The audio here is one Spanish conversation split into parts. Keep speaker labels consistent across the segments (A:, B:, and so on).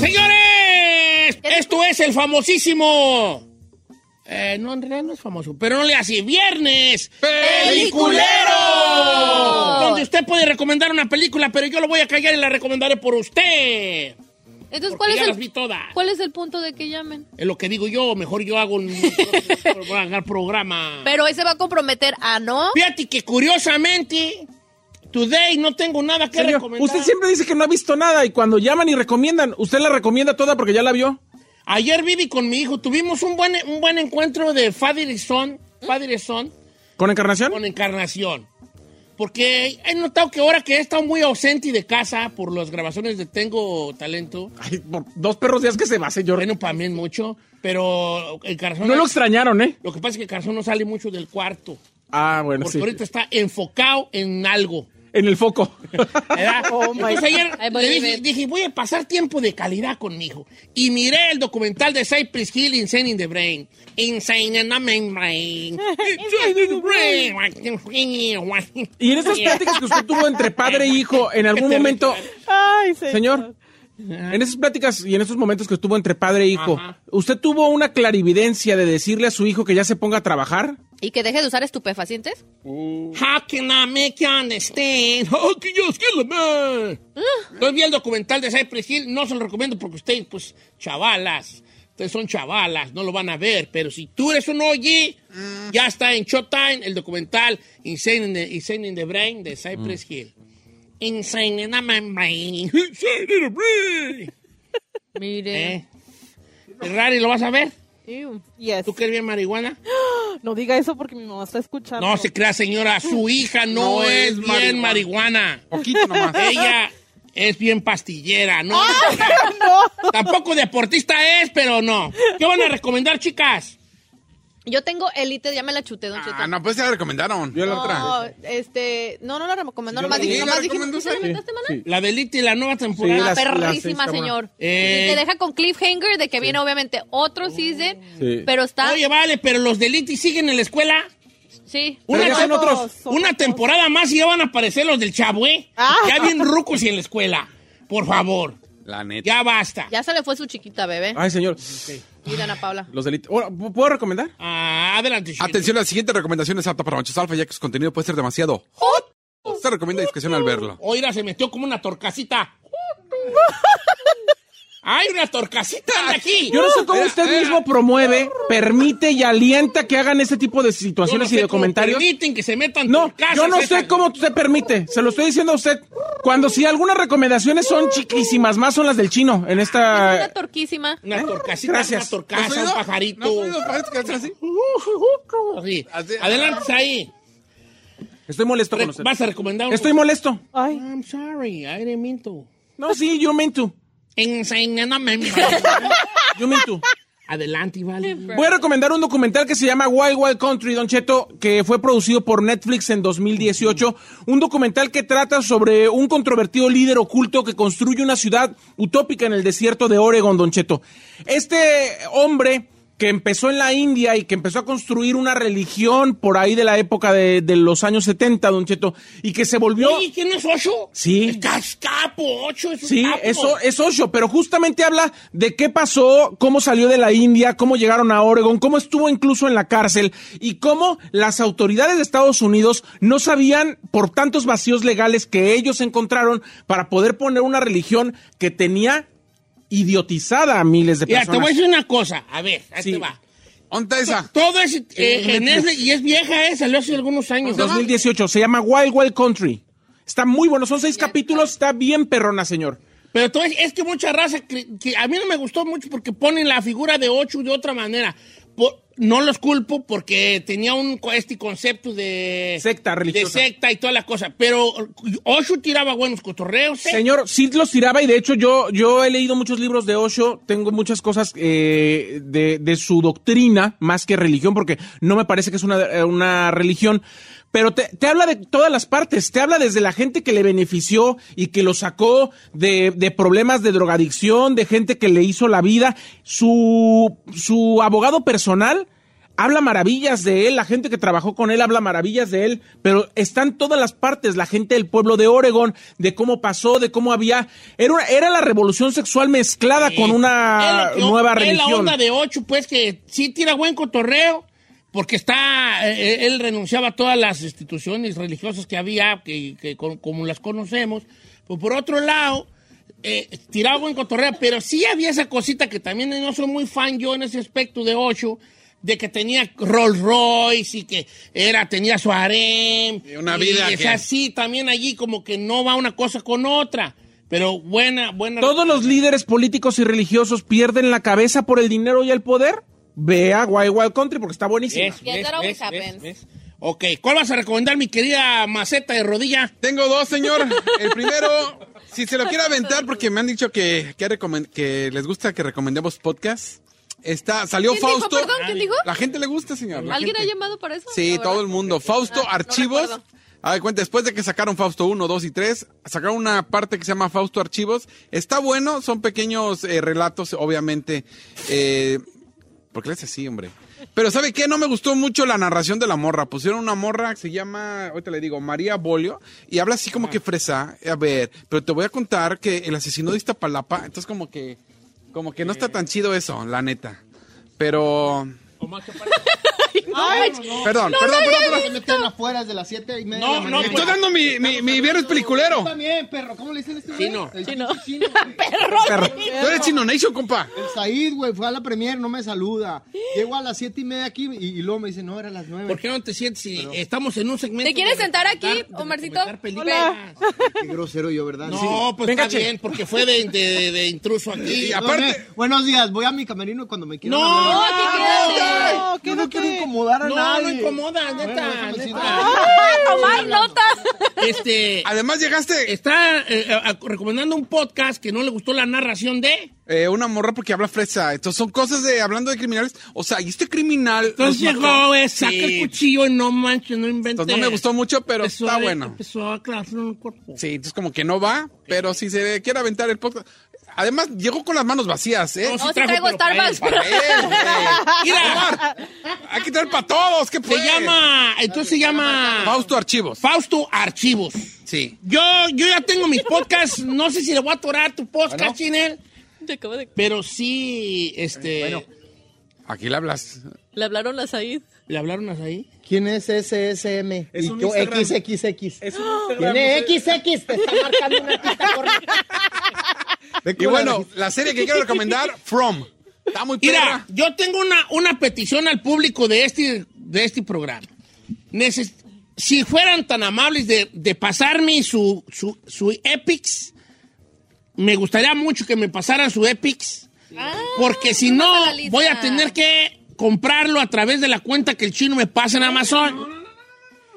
A: Señores, esto es el famosísimo. Eh, no, en realidad no es famoso, pero no le hace viernes. ¡Peliculero! Donde usted puede recomendar una película, pero yo lo voy a callar y la recomendaré por usted.
B: Entonces,
A: Porque
B: ¿cuál es,
A: ya las vi
B: el,
A: todas.
B: ¿cuál es el punto de que llamen?
C: Mm.
A: Es lo que digo yo, mejor yo hago un voy a hacer programa.
B: Pero ahí se va a comprometer a no.
A: Fíjate que curiosamente, today no tengo nada que
D: Señor,
A: recomendar.
D: usted siempre dice que no ha visto nada y cuando llaman y recomiendan, usted la recomienda toda porque ya la vio.
A: Ayer viví con mi hijo, tuvimos un buen, un buen encuentro de father y son, father y son,
D: ¿Con Encarnación?
A: con encarnación. Porque he notado que ahora que he estado muy ausente de casa por las grabaciones de Tengo Talento,
D: Ay, por dos perros días que se va, señor.
A: bueno, para mí es mucho, pero encarnación...
D: No lo extrañaron, ¿eh?
A: lo que pasa es que encarnación no sale mucho del cuarto,
D: Ah, bueno,
A: porque
D: sí.
A: ahorita está enfocado en algo.
D: En el foco.
A: ¿verdad?
D: Oh
A: Entonces ayer
B: I
A: le
B: believe
A: dije,
B: it.
A: dije, voy a pasar tiempo de calidad con mi hijo. Y miré el documental de Cypress Hill, Insane in the Brain. Insane in the Main Brain. Insane in the Brain.
D: Y en esas pláticas que usted tuvo entre padre e hijo, en algún momento. Señor. En esas pláticas y en esos momentos que estuvo entre padre e hijo,
A: Ajá.
D: ¿usted tuvo una clarividencia de decirle a su hijo que ya se ponga a trabajar?
B: Y que deje de usar estupefacientes.
A: How can I make you understand? How can you skill me? Entonces vi el documental de Cypress Hill, no se lo recomiendo porque ustedes, pues, chavalas. Ustedes son chavalas, no lo van a ver. Pero si tú eres un oye, ya está en Showtime el documental Insane in the, Insane in the Brain de Cypress Hill. Insane in the Brain. Insane in the Brain.
B: Mire.
A: ¿Eh? Rari, ¿lo vas a ver?
E: Ew. Yes.
A: ¿Tú que eres bien marihuana?
E: No diga eso porque mi mamá está escuchando.
A: No se crea, señora. Su hija no,
D: No
A: es,
D: es
A: bien marihuana.
D: Poquito nomás.
A: Ella es bien pastillera, ¿no? Tampoco deportista es, pero no. ¿Qué van a recomendar, chicas?
B: Yo tengo elite, ya me la chuté, don Cheto.
C: Ah, no, pues ya la recomendaron.
D: Yo la otra.
F: Oh,
E: No, este, no, no la recomendó, nomás
C: la
E: dije,
C: vi.
E: nomás
C: ¿La
E: dije,
C: recomendó
E: ¿sí la
C: usted?
B: recomendaste, mana?
D: Sí.
A: La delita y la nueva
B: Ah,
D: Sí,
A: temporada.
D: las- las seis,
B: perrísima,
D: cabrón.
B: señor.
A: Eh.
B: Y te deja con cliffhanger de que viene obviamente otro season,
D: Sí.
B: pero está...
A: Oye, vale, pero los deliti siguen en la escuela.
B: sí.
D: Pero ya
A: Una,
D: son
A: tem-
D: otros.
E: Son
A: una
E: otros.
A: temporada más y ya van a aparecer los del chavo, ¿eh?
E: Ah.
A: Ya bien rucos y en la escuela. Por favor,
C: La neta.
A: ya basta.
B: Ya se le fue su chiquita bebé.
C: Ah.
D: Ay, señor.
B: Y de Ana Paula.
D: Los delitos. Ahora, ¿Puedo recomendar?
A: Ah, adelante, chiquita.
C: Atención, la siguiente recomendación es apta para machos alfa, ya que su contenido puede ser demasiado hot. Se recomienda discreción al verlo.
A: Oira, se metió como una torcasita. ¡Ay, una torcasita anda aquí!
D: Yo no sé cómo
C: Era-
D: usted
C: era-
D: mismo promueve, permite y alienta que hagan ese tipo de
A: Yo no
D: situaciones
A: sé
D: y de
A: cómo
D: comentarios.
A: Permiten que se metan
D: No,
A: torcasas
D: yo no
A: esas.
D: sé cómo usted permite. Se lo estoy diciendo a usted. Cuando si algunas recomendaciones son chiquísimas, más son las del chino en
B: Es una
D: esta.
B: torquísima.
A: Una torcasita,
D: ¿Eh? Gracias.
A: una torcasa, un pajarito.
C: ¿No has oído pajaros que hacen así?
A: Así.
C: Así. Ah.
A: Adelante, ahí.
D: Estoy molesto
A: Re-
D: con usted.
A: Vas a recomendar un...
D: Estoy molesto.
E: Ay,
A: I'm sorry, I didn't mean to.
D: No, sí, yo mean to.
A: Enséñame.
D: Yo mean to.
A: Adelante, vale.
D: Voy a recomendar un documental que se llama Wild Wild Country, Don Cheto, que fue producido por Netflix en 2018. Un documental que trata sobre un controvertido líder oculto que construye una ciudad utópica en el desierto de Oregon, Don Cheto. Este hombre que empezó en la India y que empezó a construir una religión por ahí de la época de, de los años 70, Don Cheto, y que se volvió...
A: Oye, ¿quién es Osho?
D: Sí.
A: Es cas- capo, Osho es un
D: Sí,
A: capo.
D: eso es Osho, pero justamente habla de qué pasó, cómo salió de la India, cómo llegaron a Oregon, cómo estuvo incluso en la cárcel y cómo las autoridades de Estados Unidos no sabían por tantos vacíos legales que ellos encontraron para poder poner una religión que tenía idiotizada a miles de
A: Mira, te voy a
D: personas.
A: decir una cosa. A ver, ahí
D: Sí.
A: te va.
C: ¿Dónde está esa?
A: Todo es, eh, en ese- y es vieja, eh, salió hace algunos años.
D: 2018, se llama Wild Wild Country. Está muy bueno, son seis capítulos, está bien perrona, señor.
A: Pero todo es, es que mucha raza, que, que a mí no me gustó mucho porque ponen la figura de Ocho de otra manera. Por- no los culpo porque tenía un co- este concepto de...
D: Secta religiosa.
A: De secta y todas las cosas. Pero Ocho tiraba buenos cotorreos. ¿eh?
D: Señor, sí los tiraba y de hecho yo, yo he leído muchos libros de Osho, tengo muchas cosas eh, de, de su doctrina más que religión, porque no me parece que es una, eh, una religión, pero te, te habla de todas las partes, te habla desde la gente que le benefició y que lo sacó de, de problemas de drogadicción, de gente que le hizo la vida, su, su abogado personal. Habla maravillas de él, la gente que trabajó con él habla maravillas de él, pero están todas las partes, la gente del pueblo de Oregón, de cómo pasó, de cómo había... Era, una- era la revolución sexual mezclada con una
A: Es lo que-
D: nueva
A: es la
D: religión.
A: onda de Ocho, pues, que sí tira buen cotorreo, porque está, eh, él renunciaba a todas las instituciones religiosas que había, que, que con- como las conocemos. Pero por otro lado, eh, tiraba buen cotorreo, pero sí había esa cosita que también no soy muy fan yo en ese aspecto de Ocho, de que tenía Rolls Royce y que era, tenía su harem.
C: Y una vida
A: Y, o
C: que-
A: sea, sí, también allí como que no va una cosa con otra. Pero buena, buena.
D: Todos los líderes políticos y religiosos pierden la cabeza por el dinero y el poder. Vea Wild Wild Country porque está buenísimo.
A: ¿Ves?
B: Yes,
A: ¿Ves?
B: that always
A: ¿Ves?
B: happens.
A: ¿Ves? ¿Ves? Ok, ¿cuál vas a recomendar, mi querida maceta de rodilla?
C: Tengo dos, señor. El primero, si se lo quiere aventar, porque me han dicho que, que, recomen- que les gusta que recomendemos podcast. Está, salió
B: ¿Quién dijo,
C: Fausto.
B: perdón? ¿Quién dijo?
C: La gente le gusta, señor. la
B: ¿Alguien ha
C: gente.
B: llamado para eso? La
C: Sí,
B: verdad.
C: todo el mundo. Fausto,
B: Ah, no
C: archivos.
B: recuerdo.
C: a ver, cuenta, después de que sacaron Fausto 1, 2 y 3, sacaron una parte que se llama Fausto Archivos. Está bueno, son pequeños eh, relatos, obviamente. Eh, ¿Por qué le hace así, hombre? Pero ¿sabe qué? No me gustó mucho la narración de la morra. Pusieron una morra que se llama, ahorita le digo, María Bolio, y habla así como que fresa. A ver, pero te voy a contar que el asesino de Iztapalapa, entonces como que, como que no está tan chido eso, la neta. Pero... Perdón, perdón, perdón, perdón.
G: Se meten afuera de las 7 y media. de
A: No,
G: la
A: no,
G: mañana.
A: pues-
C: Estoy dando mi, mi, mi viernes peliculero.
G: Tú también, perro. ¿Cómo le dicen a este güey?
A: Chino.
G: El
E: Chino.
G: chino güey.
C: Perro. Tú eres Chino Nation, compa.
G: El Said, güey, fue a la premier, no me saluda. Llego a las 7 y media aquí y, y luego me dice, no, era las 9.
A: ¿Por qué no te sientes si estamos en un segmento?
B: ¿Te quieres
A: de
B: sentar aquí,
A: recomendar- de
B: Omarcito?
A: recomendar películas?
G: Qué grosero yo, ¿verdad?
A: No, pues
D: Venga,
A: está
D: che.
A: bien, porque fue de, de- de intruso aquí.
C: Y
G: Perdón,
C: aparte-
G: eh. Buenos días, voy a mi camerino y cuando me quieran
A: No,
G: hablar-
A: no,
B: aquí
A: no,
B: quédate.
E: No,
G: Yo no quiero
E: quédate.
G: incomodar a
A: no, Ah,
G: nadie.
A: no incomoda, neta,
G: déjame decir-
A: neta.
B: ¡Ah, tomar notas!
A: Este,
C: Además llegaste
A: está eh, a- recomendando un podcast que no le gustó la narración de...
C: eh, una morra porque habla fresa. Entonces son cosas de hablando de criminales. O sea, y este criminal.
A: Entonces
C: los mató.
A: llegó, güey, saca
C: Sí.
A: el cuchillo y no manches, no inventé.
C: Entonces Pues no me gustó mucho, pero
A: Empezó
C: está
A: a-
C: bueno.
A: Empezó a clavarse en el cuerpo.
C: Sí, entonces como que no va, pero si se quiere aventar el podcast. Además, llegó con las manos vacías, ¿eh?
A: No, sí
F: Oh,
B: No, si
A: trajo,
B: traigo
A: pero para
B: Starbucks.
A: él, para
C: Eh, eh.
A: Mira,
C: Hay que traer para todos, ¿qué
A: se
C: fue?
A: llama, entonces se llama
C: Pues. Fausto Archivos.
A: Fausto Archivos.
C: Sí.
A: Yo, yo ya tengo mis podcasts, no sé si le voy a atorar tu podcast, Chinel,
F: Te acabo de...
A: pero sí, este,
C: Aquí le hablas.
F: Le hablaron a Said.
A: ¿le hablaron hasta ahí?
G: ¿Quién es SSM?
D: Es
G: y
D: un
G: yo
D: Instagram.
G: XXX.
D: Es
A: ¡Ah!
D: un Instagram,
G: Tiene
D: no sé.
G: XX, te está marcando una pista correcta. Ve
C: Y
G: cómo la
C: bueno,
G: dijiste.
C: la serie que quiero recomendar, From. Está muy
A: Mira,
C: perra.
A: yo tengo una, una petición al público de este, de este programa. Neces- si fueran tan amables de, de pasarme su, su, su Epics, me gustaría mucho que me pasaran su Epics,
F: Ah.
A: porque si no,
B: pasa la lista.
A: voy a tener que comprarlo a través de la cuenta que el chino me pasa en Amazon.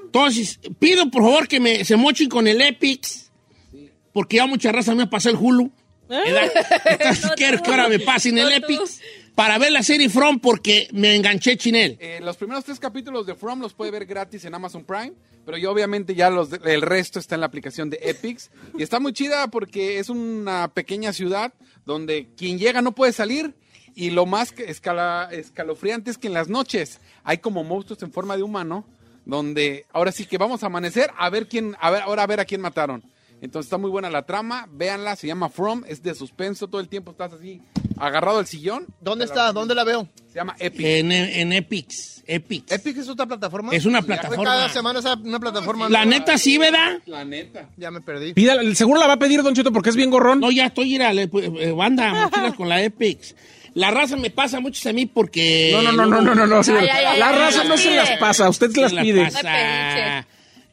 A: Entonces, pido por favor que me, se mochen con el Epics, porque ya mucha raza me ha pasado el Hulu. ¿verdad? Entonces,
F: ¿Eh? No
A: quiero
F: tú.
A: que ahora me pasen el
F: No tú.
A: Epics. para ver la serie From porque me enganché chinel.
C: Eh, los primeros tres capítulos de From los puede ver gratis en Amazon Prime, pero yo obviamente ya los de- el resto está en la aplicación de Epix. Y está muy chida porque es una pequeña ciudad donde quien llega no puede salir. Y lo más que escala- escalofriante es que en las noches hay como monstruos en forma de humano, donde ahora sí que vamos a amanecer a ver quién, a ver, ahora a ver a quién mataron. Entonces está muy buena la trama, véanla, se llama From, es de suspenso, todo el tiempo estás así, agarrado al sillón.
H: ¿Dónde está? ¿Dónde la veo?
C: Se llama Epic.
A: En, en Epix. Epix.
H: ¿Epic es otra plataforma?
A: Es una
H: Ya,
A: plataforma.
H: Cada semana es una plataforma.
A: La
H: nueva.
A: neta sí, ¿verdad?
C: La neta.
H: Ya me perdí.
D: Pídala, seguro la va a pedir, Don Cheto, porque es bien gorrón.
A: No, ya estoy ir a la eh, banda, mochilas con la Epix. La raza me pasa mucho a mí porque...
D: No, no, no, no, no, no, no, señor.
A: Ay, ay, ay,
D: La
A: ay,
D: raza
A: ay,
D: no
A: las
D: se
A: pide.
D: las pasa, usted
A: Se
D: las
A: las
D: pide.
A: pasa.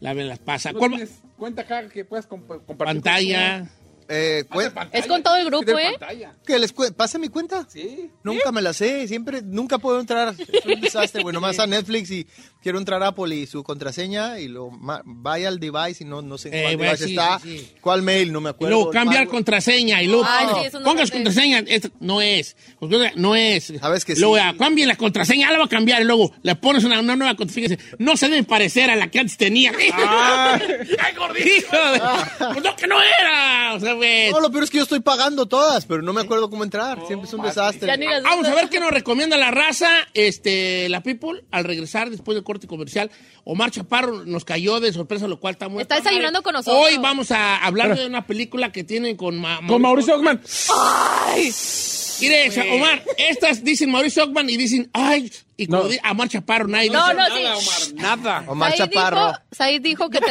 A: La me las pasa.
C: ¿No
A: ¿Cuál va-
C: tienes cuenta acá que puedas comp- compartir?
A: Pantalla.
H: Eh, cuen-
C: pantalla.
F: con todo el grupo,
C: Tiene
F: ¿eh?
C: pantalla.
H: ¿Que les cue- ¿Pasa mi cuenta?
C: Sí.
H: Nunca me la sé, siempre, nunca puedo entrar. Es un desastre, güey. Nomás a Netflix y quiero entrar a Apple y su contraseña y lo ma- vaya al device y no, no sé en
A: Eh,
H: cuál
A: güey,
H: device
A: sí,
H: está.
A: sí, sí.
H: ¿Cuál mail? No me
A: Y
H: acuerdo.
A: luego cambiar
H: Password.
A: contraseña y luego
F: Ay,
A: ponga-
F: sí, eso no
A: pongas
F: sé.
A: contraseña, esta no es, no es.
H: Sabes que
A: luego
H: sí.
A: ah, cambien la contraseña, ahora va a cambiar y luego le pones una, una nueva contraseña. Fíjese, No se debe parecer a la que antes tenía.
D: Ah.
A: ¡Ay, gordito! Hijo de- Pues no, que no era. O sea, güey.
H: No, lo peor es que yo estoy pagando todas, pero no me acuerdo cómo
A: Oh,
H: entrar. Siempre es un desastre.
F: Ya ni las-
A: Vamos a ver qué nos recomienda la raza, este, la people, al regresar después del corte comercial. Omar Chaparro nos cayó de sorpresa, lo cual está muy...
F: Está
A: padre.
F: desayunando con nosotros.
A: Hoy vamos a hablar de una película que tienen con, Ma-
D: Con Mauricio Ogman.
A: Mire, o sea,
F: Pues.
A: Omar, estas dicen Mauricio Ockman y dicen, ay, y como
D: No.
A: di- a Omar Chaparro, nadie
F: No,
A: dice
F: no,
A: nada,
F: sí.
A: Omar, nada.
H: Omar
F: Said
H: Chaparro.
F: Dijo, Said dijo que te...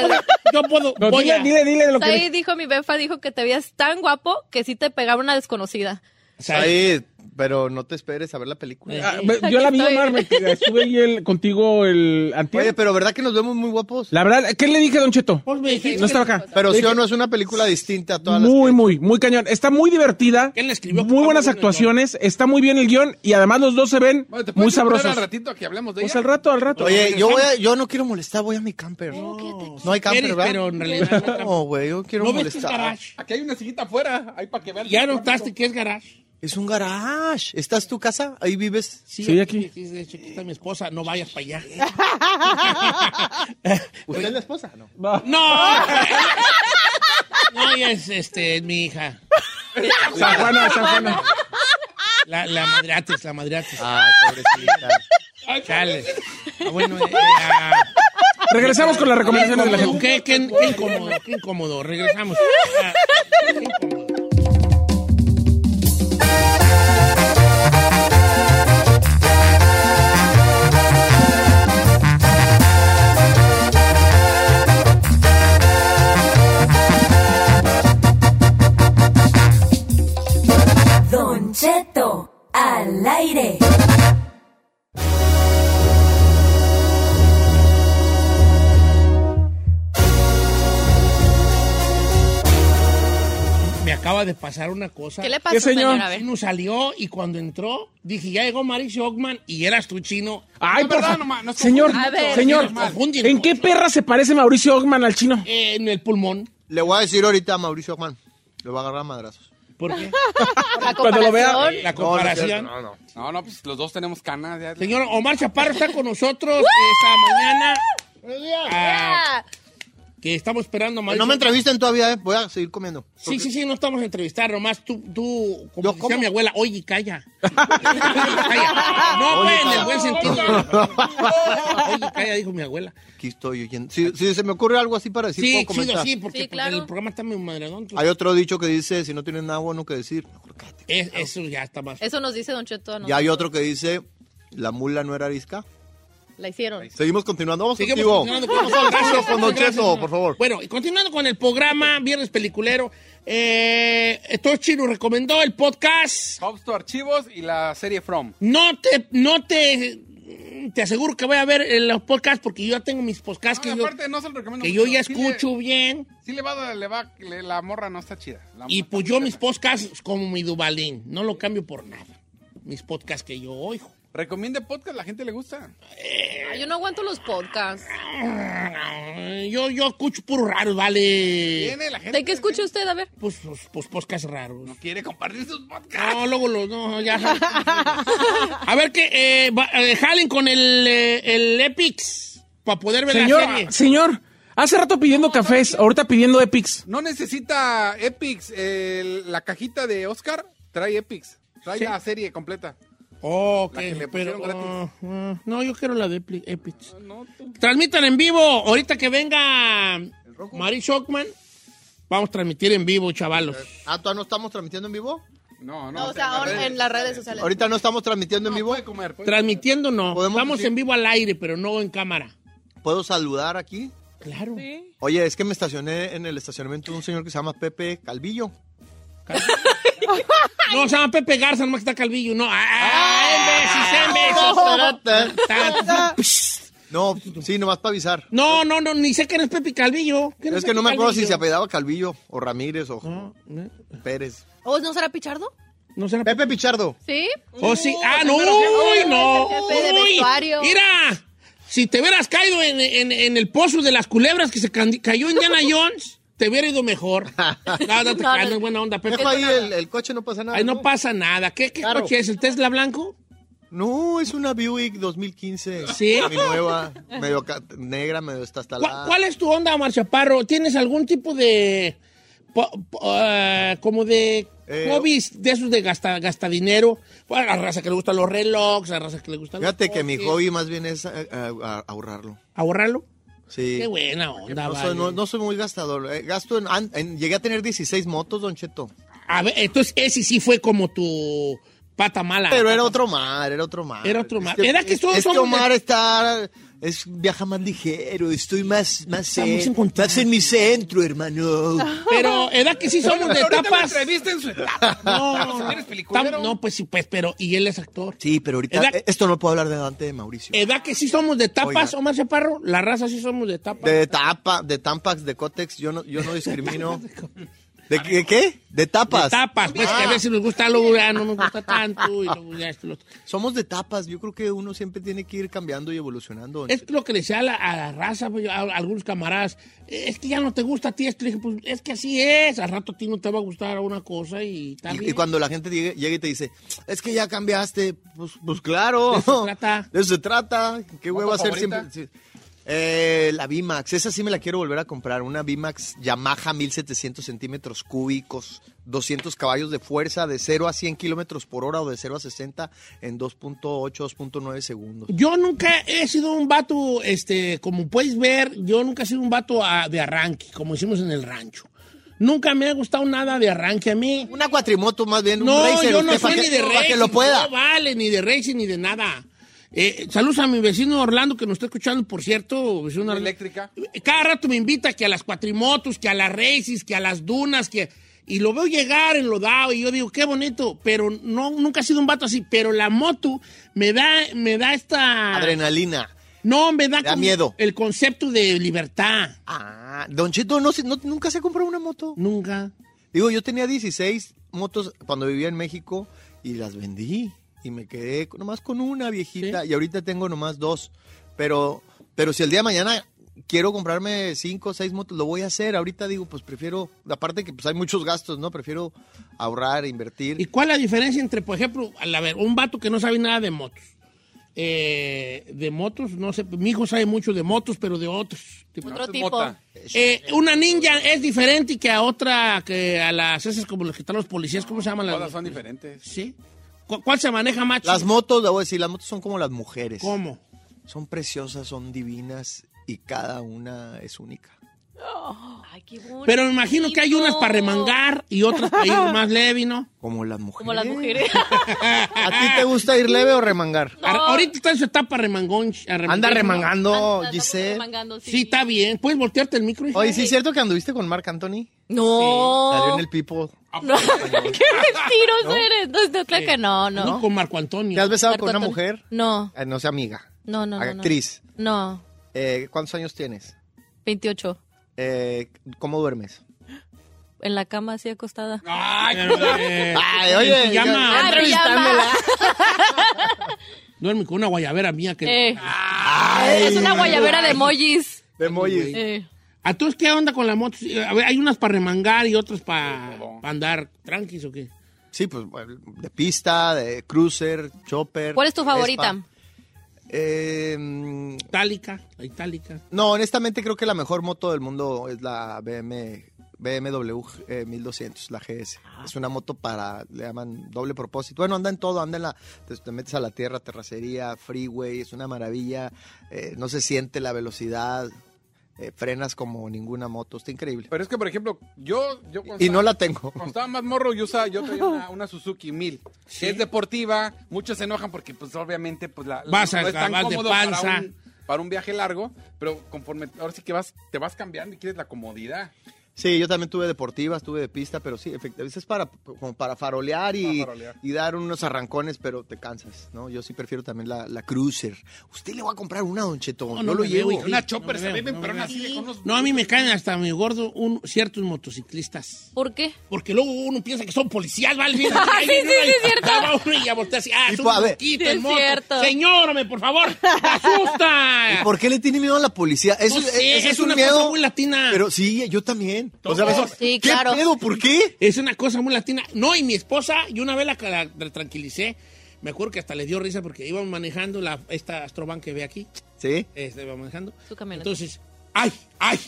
A: Yo puedo,
D: No,
A: voy
D: dile,
A: a...
D: dile, dile lo
F: Said
D: que...
F: dijo, mi befa dijo que te veías tan guapo que sí te pegaba una desconocida.
A: Said.
H: Ahí, pero no te esperes a ver la película.
D: Ah, ve- yo la vi,
F: Aquí
D: Omar, me, estuve ahí el- contigo el antier.
H: Oye, pero ¿verdad que nos vemos muy guapos?
D: La verdad, ¿qué le dije, Don Cheto?
A: Pues me dijiste
D: No estaba acá.
H: Pero
D: Le
H: sí
D: dije-
H: o no es una película distinta a todas las
D: Muy,
H: que-
D: muy, muy cañón. Está muy divertida.
A: ¿Quién le escribió? Está
D: Muy buenas
A: muy bueno el
D: actuaciones. Está muy bien el guión. Y además los dos se ven
C: Bueno, ¿te puedes
D: muy
C: esperar
D: sabrosos.
C: al ratito a que hablemos de
D: Pues
C: ella?
D: al rato, al rato.
H: Oye, yo, voy a- yo no quiero molestar, voy a mi camper. No hay camper,
A: Eres,
H: ¿verdad?
A: pero en realidad no hay
H: No, güey, yo quiero
A: ¿No ves tu
H: molestar.
A: garage?
C: Aquí hay una sillita afuera, hay para que vean.
A: ¿Ya notaste que es garage?
H: Es un garage. ¿Estás tu casa? Ahí vives.
D: Sí, aquí.
A: De hecho, aquí está mi esposa, no vayas para allá.
H: ¿Usted es la esposa? No.
A: ¡No! No, y es este, es mi hija.
D: San Juana, San Juana.
A: La, la madriatis, la madriatis.
H: Ah, pobrecita.
A: Chale. Ah, Bueno, eh, ah.
D: Regresamos con las recomendaciones de la gente.
A: ¿Qué, qué- qué incómodo, qué incómodo. Regresamos. Ah, qué incómodo.
I: Don Cheto, al aire.
A: Me acaba de pasar una cosa.
B: ¿Qué le pasó,
D: ¿Qué, señor?
B: señor? A ver.
A: Chino salió y cuando entró dije, ya llegó Mauricio Ogman y eras tu chino.
D: Ay,
C: No,
D: por
C: verdad,
D: favor.
C: nomás, nos
D: Señor,
C: confundimos.
F: A ver.
D: señor,
A: Nos confunden.
D: ¿en qué perra se parece Mauricio Ogman al chino?
A: Eh, en el pulmón.
H: Le voy a decir ahorita a Mauricio Juan. Lo va a agarrar a madrazos.
A: ¿Por qué?
B: Por la
D: Cuando lo vea-
B: comparación.
A: La comparación.
H: No, no.
C: No, no, pues los dos tenemos canas. ya.
A: Señor Omar Chaparro está con nosotros esta mañana. Ah,
F: Ah,
A: que estamos esperando
H: No,
A: a Mauricio.
H: me entrevisten todavía, ¿eh? Voy a seguir comiendo.
A: Sí, sí, sí, no estamos a entrevistar, nomás tú, tú como
H: ¿Yo
A: decía
H: cómo?
A: mi abuela, oye, calla. Calla. No,
H: Oye,
A: pues, en el
H: calla.
A: buen sentido. Oye, calla, dijo mi abuela.
H: Aquí estoy oyendo. Si, si se me ocurre algo así para decir,
A: Sí,
H: puedo
A: sí,
H: comentar.
A: sí, porque
F: Sí,
A: porque
F: claro.
A: el programa está muy madredón. tú-
H: Hay otro dicho que dice, si no tienes nada bueno que decir, mejor cállate.
A: Es- eso ya está más.
F: eso nos dice Don Cheto. a
H: Y hay
F: nosotros.
H: otro que dice, la mula no era arisca.
F: La hicieron.
H: Seguimos continuando. Vamos
A: Seguimos
H: contigo.
A: continuando con-
H: Vamos al
A: Gracias,
H: foro con Don
A: gracias,
H: Cheto,
A: señor.
H: por favor.
A: Bueno, y continuando con el programa Viernes Peliculero, eh, Tochi nos recomendó el podcast.
C: Fausto Archivos y la serie From.
A: No te, no te, te aseguro que voy a ver eh, los podcasts porque yo ya tengo mis podcasts
C: No,
A: que,
C: y
A: yo,
C: aparte, no se lo recomiendo
A: que yo
C: mucho.
A: ya
C: Sí le-
A: escucho bien.
C: Sí le va, le va, le- la morra no está chida. La
A: Y
C: morra
A: pues
C: está
A: yo
C: muy
A: mis podcasts como mi Dubalín, no lo cambio por nada. Mis podcasts que yo oigo.
C: Recomiende podcast, la gente le gusta.
F: Ay, yo no aguanto los podcasts.
A: Yo, yo escucho puro raro, vale.
F: Viene la gente, ¿De qué escucha usted? A ver.
A: Pues, pues, pues podcasts raros. No
C: quiere compartir sus podcasts.
A: No, luego los, no, ya. A ver que eh, va- eh, jalen con el, eh, el Epics para poder ver
D: Señor,
A: la serie.
D: señor, hace rato pidiendo cafés, ahorita pidiendo Epics.
C: ¿No necesita Epix eh, la cajita de Oscar? Trae Epix. Trae
A: Sí.
C: la serie completa.
A: Oh,
C: La que le pusieron
A: pero,
C: gratis.
A: ah, ah, no, yo quiero la de Epi- Epics. Transmitan en vivo. Ahorita que venga Mari Shockman, vamos a transmitir en vivo, chavalos.
H: Ah, ¿todavía no estamos transmitiendo en vivo?
C: No,
E: No, o sea, ahora en las redes sociales.
H: Ahorita no estamos transmitiendo en vivo.
A: Transmitiendo no. Estamos
H: pues, decir-
A: en vivo al aire, pero no en cámara.
H: ¿Puedo saludar aquí?
A: Claro.
H: Oye, es que me estacioné en el estacionamiento de un señor que se llama Pepe Calvillo.
A: No, se llama Pepe Garza, nomás que está Calvillo. No, ah, imbécil, imbécil.
H: No, sí, nomás para avisar.
A: No, no, no, ni sé quién es Pepe Calvillo. ¿Quién
H: Es que
A: Pepe
H: no me acuerdo si
A: Calvillo? ¿eh?
H: se apellidaba Calvillo o Ramírez
A: Mm.
H: o Pérez.
F: ¿O no será Pichardo?
A: No será
H: Pepe Pichardo.
F: Sí.
A: Oh, sí. Ah, no,
F: pero-
A: uy, no.
F: Jefe de
A: Uy,
F: vestuario.
A: Mira, si te hubieras caído en, en- en el pozo de las culebras que se can- cayó Indiana Jones, te hubiera ido mejor. No, no te
H: No,
A: creas,
H: no.
A: no es buena onda, Pepe.
H: Dejo ahí el, el coche, no pasa nada.
A: Ahí no pasa nada. ¿Qué, qué
H: Claro.
A: coche es? ¿El Tesla blanco?
H: No, es una Buick 2015.
A: Sí.
H: Mi nueva, medio ca- negra, medio estastalada.
A: ¿Cuál, cuál es tu onda, Omar Chaparro? ¿Tienes algún tipo de... po- po- ah, como de...
H: Eh,
A: hobbies de esos de gasta, gasta dinero? Bueno, la raza que le gustan los relojes, la raza que le gustan los
H: Fíjate que mi
A: coches.
H: hobby más bien es eh, eh, ah, ahorrarlo.
A: ¿Ahorrarlo?
H: Sí.
A: Qué buena onda,
H: No
A: vale.
H: soy, no- no soy muy gastador. eh, gasto en, an- en- Llegué a tener 16 motos, Don Cheto.
A: A ver, entonces ese sí fue como tu pata mala.
H: Pero era otro mar, era otro mar.
A: Ah, Era otro mar.
H: Es
A: Era que todos
H: es
A: somos de-
H: Omar está... Es, viaja más ligero, estoy más, más,
A: Estamos Ah.
H: en, más en mi centro, hermano.
A: Pero era que sí somos de
C: Ahorita
A: etapas.
C: me entrevista en su etapa.
A: No, no,
C: Vamos,
A: no.
C: eres peliculero.
A: Tam- no, pues sí, pues, pero, y él es actor.
H: Sí, pero ahorita...
A: Era-
H: eh, Esto no puedo hablar delante de Mauricio.
A: ¿Edad que sí somos de etapas,
H: Oiga.
A: Omar Chaparro? La raza sí somos de etapas.
H: De tapa, de tampax, de cótex, yo no, yo no discrimino. ¿De, qué- de qué? De tapas.
A: De tapas, pues, que a veces nos gusta algo, ya no nos gusta tanto. y luego ya esto, lo otro.
H: Somos de tapas, yo creo que uno siempre tiene que ir cambiando y evolucionando. don
A: Es lo que le decía a la, a la raza, pues, yo- a, a algunos camaradas, es que ya no te gusta a ti esto. Le dije, pues, es que así es, al rato a ti no te va a gustar una cosa y
H: Y-
A: también.
H: Y, cuando la gente llegue- llega y te dice, es que ya cambiaste, pues, pues claro.
A: De eso se trata.
H: De eso se trata. ¿Qué
C: ¿Moto
H: huevo hacer
C: favorita?
H: siempre? sí. Eh, la Bimax, esa sí me la quiero volver a comprar. Una Bimax Yamaha 1700 centímetros cúbicos, 200 caballos de fuerza, de 0 a 100 kilómetros por hora o de 0 a 60 en 2.8, 2.9 segundos.
A: Yo nunca he sido un vato, este, como puedes ver, yo nunca he sido un vato ah, de arranque, como hicimos en el rancho. Nunca me ha gustado nada de arranque a mí.
H: Una cuatrimoto más bien, un
A: No,
H: racer,
A: yo no
H: usted,
A: soy
H: para
A: ni
H: que-
A: de
H: para
A: racing,
H: que lo pueda.
A: No vale, ni de racing, ni de nada. Eh, saludos a mi vecino Orlando que nos está escuchando, por cierto. vecino Orlando.
C: Eléctrica.
A: Cada rato me invita que a las cuatrimotos, que a las races, que a las dunas, que... Y lo veo llegar enlodado y yo digo, qué bonito, pero no, nunca he sido un vato así. Pero la moto me da, me da esta...
H: Adrenalina.
A: No, me da,
H: Da
A: como
H: miedo.
A: el concepto de libertad.
H: Ah, Don Cheto, ¿no, se- no- ¿nunca se compró una moto?
A: Nunca.
H: Digo, yo tenía 16 motos cuando vivía en México y las vendí. Y me quedé con- nomás con una viejita y ahorita tengo nomás dos. Pero, pero si el día de mañana quiero comprarme cinco o seis motos, lo voy a hacer. Ahorita digo, pues prefiero, aparte que pues hay muchos gastos, ¿no? Prefiero ahorrar, invertir.
A: ¿Y cuál es la diferencia entre, por ejemplo, al- a ver, un vato que no sabe nada de motos? Eh, de motos, no sé, mi hijo sabe mucho de motos, pero de otros. tipos.
F: Otro tipo.
A: Eh, una ninja es diferente que a otra, que a las esas como los que están los policías, ¿cómo se llaman las?
C: Todas son diferentes.
A: ¿Sí? ¿Cu- ¿Cuál se maneja más?
H: Las
A: chido?
H: motos, le voy a decir, las motos son como las mujeres.
A: ¿Cómo?
H: Son preciosas, son divinas y cada una es única.
F: Ay, qué bonito.
A: Pero me imagino que hay unas para remangar y otras para ir más leve, ¿no?
H: Como las mujeres.
F: Como las mujeres.
H: ¿A ti te gusta ir leve o remangar?
A: A- Ahorita está en su etapa remangón.
H: Anda remangando,
F: Andamos
H: Giselle.
F: remangando, sí.
A: Sí, está bien. ¿Puedes voltearte el micro? hija?
H: Oye, ¿sí es cierto que anduviste con Marc Anthony? Salió
F: No.
H: en el People.
A: Ah,
F: No, qué mentiroso eres. No, no, claro que no, no.
A: Con Marco Antonio.
H: ¿Te has besado
F: Marco
H: con una
F: Antonio.
H: mujer?
F: No,
H: Eh, no sé, amiga.
F: no, no. no, no.
H: Actriz.
F: No,
H: Eh, ¿Cuántos años tienes?
F: 28.
H: Eh, ¿Cómo duermes?
F: En la cama así acostada.
A: Ay, eh,
H: Ay,
A: en
H: oye,
A: pijama.
H: ya-
F: Ah, pijama.
A: duerme con una guayabera mía que...
F: Eh. es una guayabera de emojis.
H: De emojis.
F: Eh.
A: ¿A tú qué onda con la moto? A ver, hay unas para remangar y otras para andar tranquis o qué.
H: Sí, pues bueno, de pista, de cruiser, chopper.
F: ¿Cuál es tu
H: Vespa.
F: favorita?
H: Eh,
A: itálica, la itálica.
H: No, honestamente creo que la mejor moto del mundo es la BM, BMW eh, 1200, la GS. Es una moto para, le llaman doble propósito. Bueno, anda en todo, anda en la, te, te metes a la tierra, terracería, freeway, es una maravilla. Eh, no se siente la velocidad, eh, frenas como ninguna moto, está increíble.
C: Pero es que, por ejemplo, yo... yo cuando
H: Y no
C: estaba-
H: la tengo.
C: Cuando estaba más morro, yo, usaba, yo traía una, una Suzuki 1000, que es deportiva. Muchos se enojan porque, pues, obviamente, pues, la,
A: Vas a-
C: no es tan
A: vas de
C: cómodo
A: panza.
C: Para un, para un viaje largo, pero conforme... Ahora sí que vas, te vas cambiando y quieres la comodidad.
H: Sí, yo también tuve deportivas, tuve de pista, pero sí, efectivamente, es para, como para farolear, y, y dar unos arrancones, pero te cansas, ¿no? Yo sí prefiero también la, la cruiser. Usted le va a comprar una, don Cheto, no, lo llevo.
A: Una chopper se beben, pero así con No, a mí me caen hasta mi gordo un, ciertos motociclistas.
F: ¿Por qué?
A: Porque luego uno piensa que son policías, ¿vale? Mira,
F: Ah,
A: ahí
F: sí,
A: viene
F: sí,
A: uno
F: sí,
A: y-
F: es cierto.
A: ahí va uno y a voltear así, ah,
H: Y
A: es
H: pues, a
A: un
H: ver.
A: poquito
F: Sí,
A: en
F: es
A: moto.
F: cierto.
A: Señórame, por favor, me asusta.
H: ¿Y por qué le tiene miedo a la policía? Eso,
A: No sé,
H: ese es,
A: es
H: un
A: una
H: miedo.
A: cosa muy latina.
H: Pero sí, yo también. O sea,
A: Todos.
H: eso- ¿qué pedo? ¿Por qué?
A: Es una cosa muy latina. No, y mi esposa, yo una vez la, la- la tranquilicé. Me acuerdo que hasta le dio risa porque íbamos manejando la, esta Astroban que ve aquí.
H: Sí.
A: Este, iba manejando.
F: Tu camioneta.
A: Entonces, ay, ay.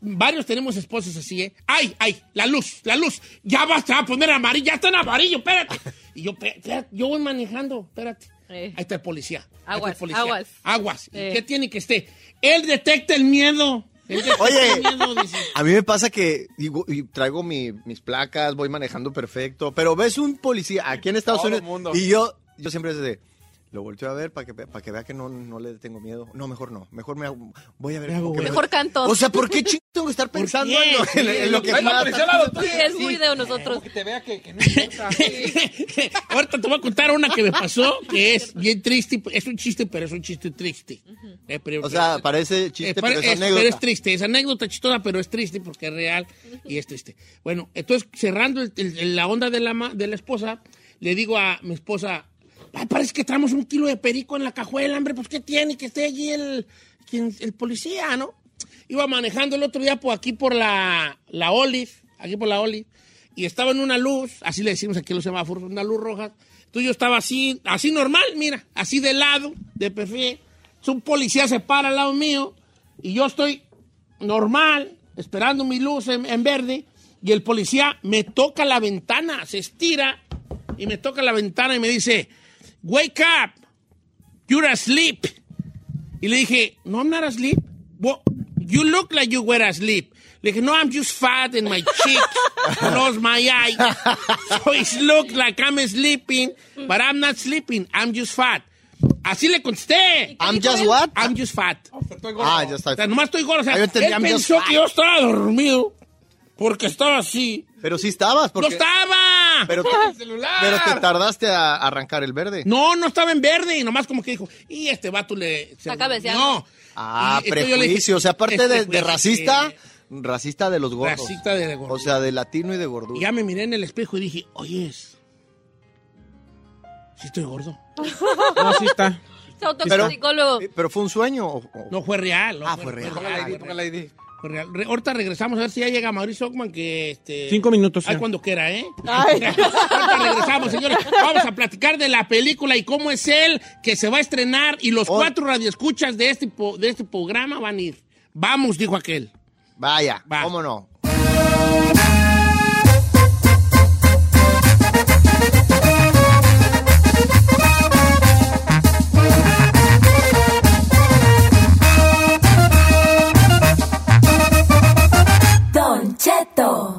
A: Varios tenemos esposos así, ¿eh? ¡Ay, ay! La luz, la luz. Ya va, se va a poner amarillo, ya está en amarillo, espérate. Y yo, pe- espérate, yo voy manejando, espérate.
F: Eh.
A: Ahí está el policía. ahí está el
F: Aguas,
A: policía.
F: aguas.
A: Aguas. ¿Y
F: Eh.
A: ¿Qué tiene que esté? Él detecta el miedo. Él detecta
H: Oye.
A: el miedo, dice.
H: A mí me pasa que digo, y traigo mi- mis placas, voy manejando perfecto, pero ves un policía aquí en Estados
C: Todo
H: Unidos
C: mundo.
H: y yo, yo siempre es de, lo volteo a ver para que, ve- para que vea que no, no le tengo miedo. No, mejor no, mejor me hago- voy a ver. como que me-
F: Mejor canto.
H: O sea, ¿por qué ching tengo que estar pensando en lo, en- en lo que
C: Ay, la
A: pues
H: pasa?
C: policía al lado tuyo.
F: Sí, es muy de nosotros.
C: Que te vea que, que no importa.
A: Ahorita te voy a contar una que me pasó, que es bien triste. Es un chiste, pero es un chiste triste. Eh, pero-
H: O sea, parece
A: eh,
H: chiste,
A: pare-
H: pero es
A: es-
H: anécdota.
A: pero es triste, es anécdota chistosa, pero es triste porque es real y es triste. Bueno, entonces cerrando el- el- la onda de la, ma- de la esposa, le digo a mi esposa, "Ay, parece que traemos un kilo de perico en la cajuela, hombre, pues ¿qué tiene? Que esté allí el, quien- el policía, ¿no? Iba manejando el otro día por aquí por la, la Olive, aquí por la Olive, y estaba en una luz, así le decimos aquí en los semáforos, una luz roja. Tú yo estaba así, así normal, mira, así de lado, de perfil. Entonces, un policía se para al lado mío y yo estoy normal, esperando mi luz en, en verde, y el policía me toca la ventana, se estira y me toca la ventana y me dice, wake up, you're asleep. Y le dije, no, I'm not asleep. Well, you look like you were asleep. Le dije, no, I'm just fat and my cheek closed my eye. So it look like I'm sleeping, but I'm not sleeping, I'm just fat. Así le contesté.
H: I'm just what?
A: I'm just fat.
H: Ah, ya está.
A: O sea, nomás estoy gordo. O sea,
H: Ah, yo entendí,
A: él
H: I'm just
A: pensó
H: fat.
A: que yo estaba dormido porque estaba así.
H: Pero sí estabas,
A: ¡No
H: porque...
A: estaba!
H: Pero,
A: celular!
H: pero te tardaste a arrancar el verde.
A: No, no estaba en verde. Y nomás como que dijo, y este vato le... se-
F: Está cabeceando.
A: No.
H: Ah,
A: Y entonces yo le dije,
H: prejuicio. O sea, aparte
A: es
H: de- de,
A: prejuicio,
H: racista,
A: eh,
H: racista de los gordos.
A: Racista de gordo.
H: O sea, de latino y de
A: Y
H: gordura.
A: ya me miré en el espejo y dije, oye, sí estoy gordo.
D: No, sí está.
F: Se autocriticó luego.
H: Eh, Pero fue un sueño. o- o-
A: No fue real. no
H: Ah, fue real.
C: Póngale ID, póngale ID.
A: fue real. Re- Ahorita regresamos a ver si ya llega Mauricio Ockman, que este...
D: Cinco minutos.
A: Ay,
D: ya.
A: cuando quiera, ¿eh?
F: Ay.
A: Ahorita regresamos, señores. Vamos a platicar de la película y cómo es él que se va a estrenar y los
H: Oh.
A: cuatro radioescuchas de este, po- de este programa van a ir. Vamos, dijo aquel.
H: Vaya,
A: Va.
H: cómo no.
I: Don Cheto.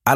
J: A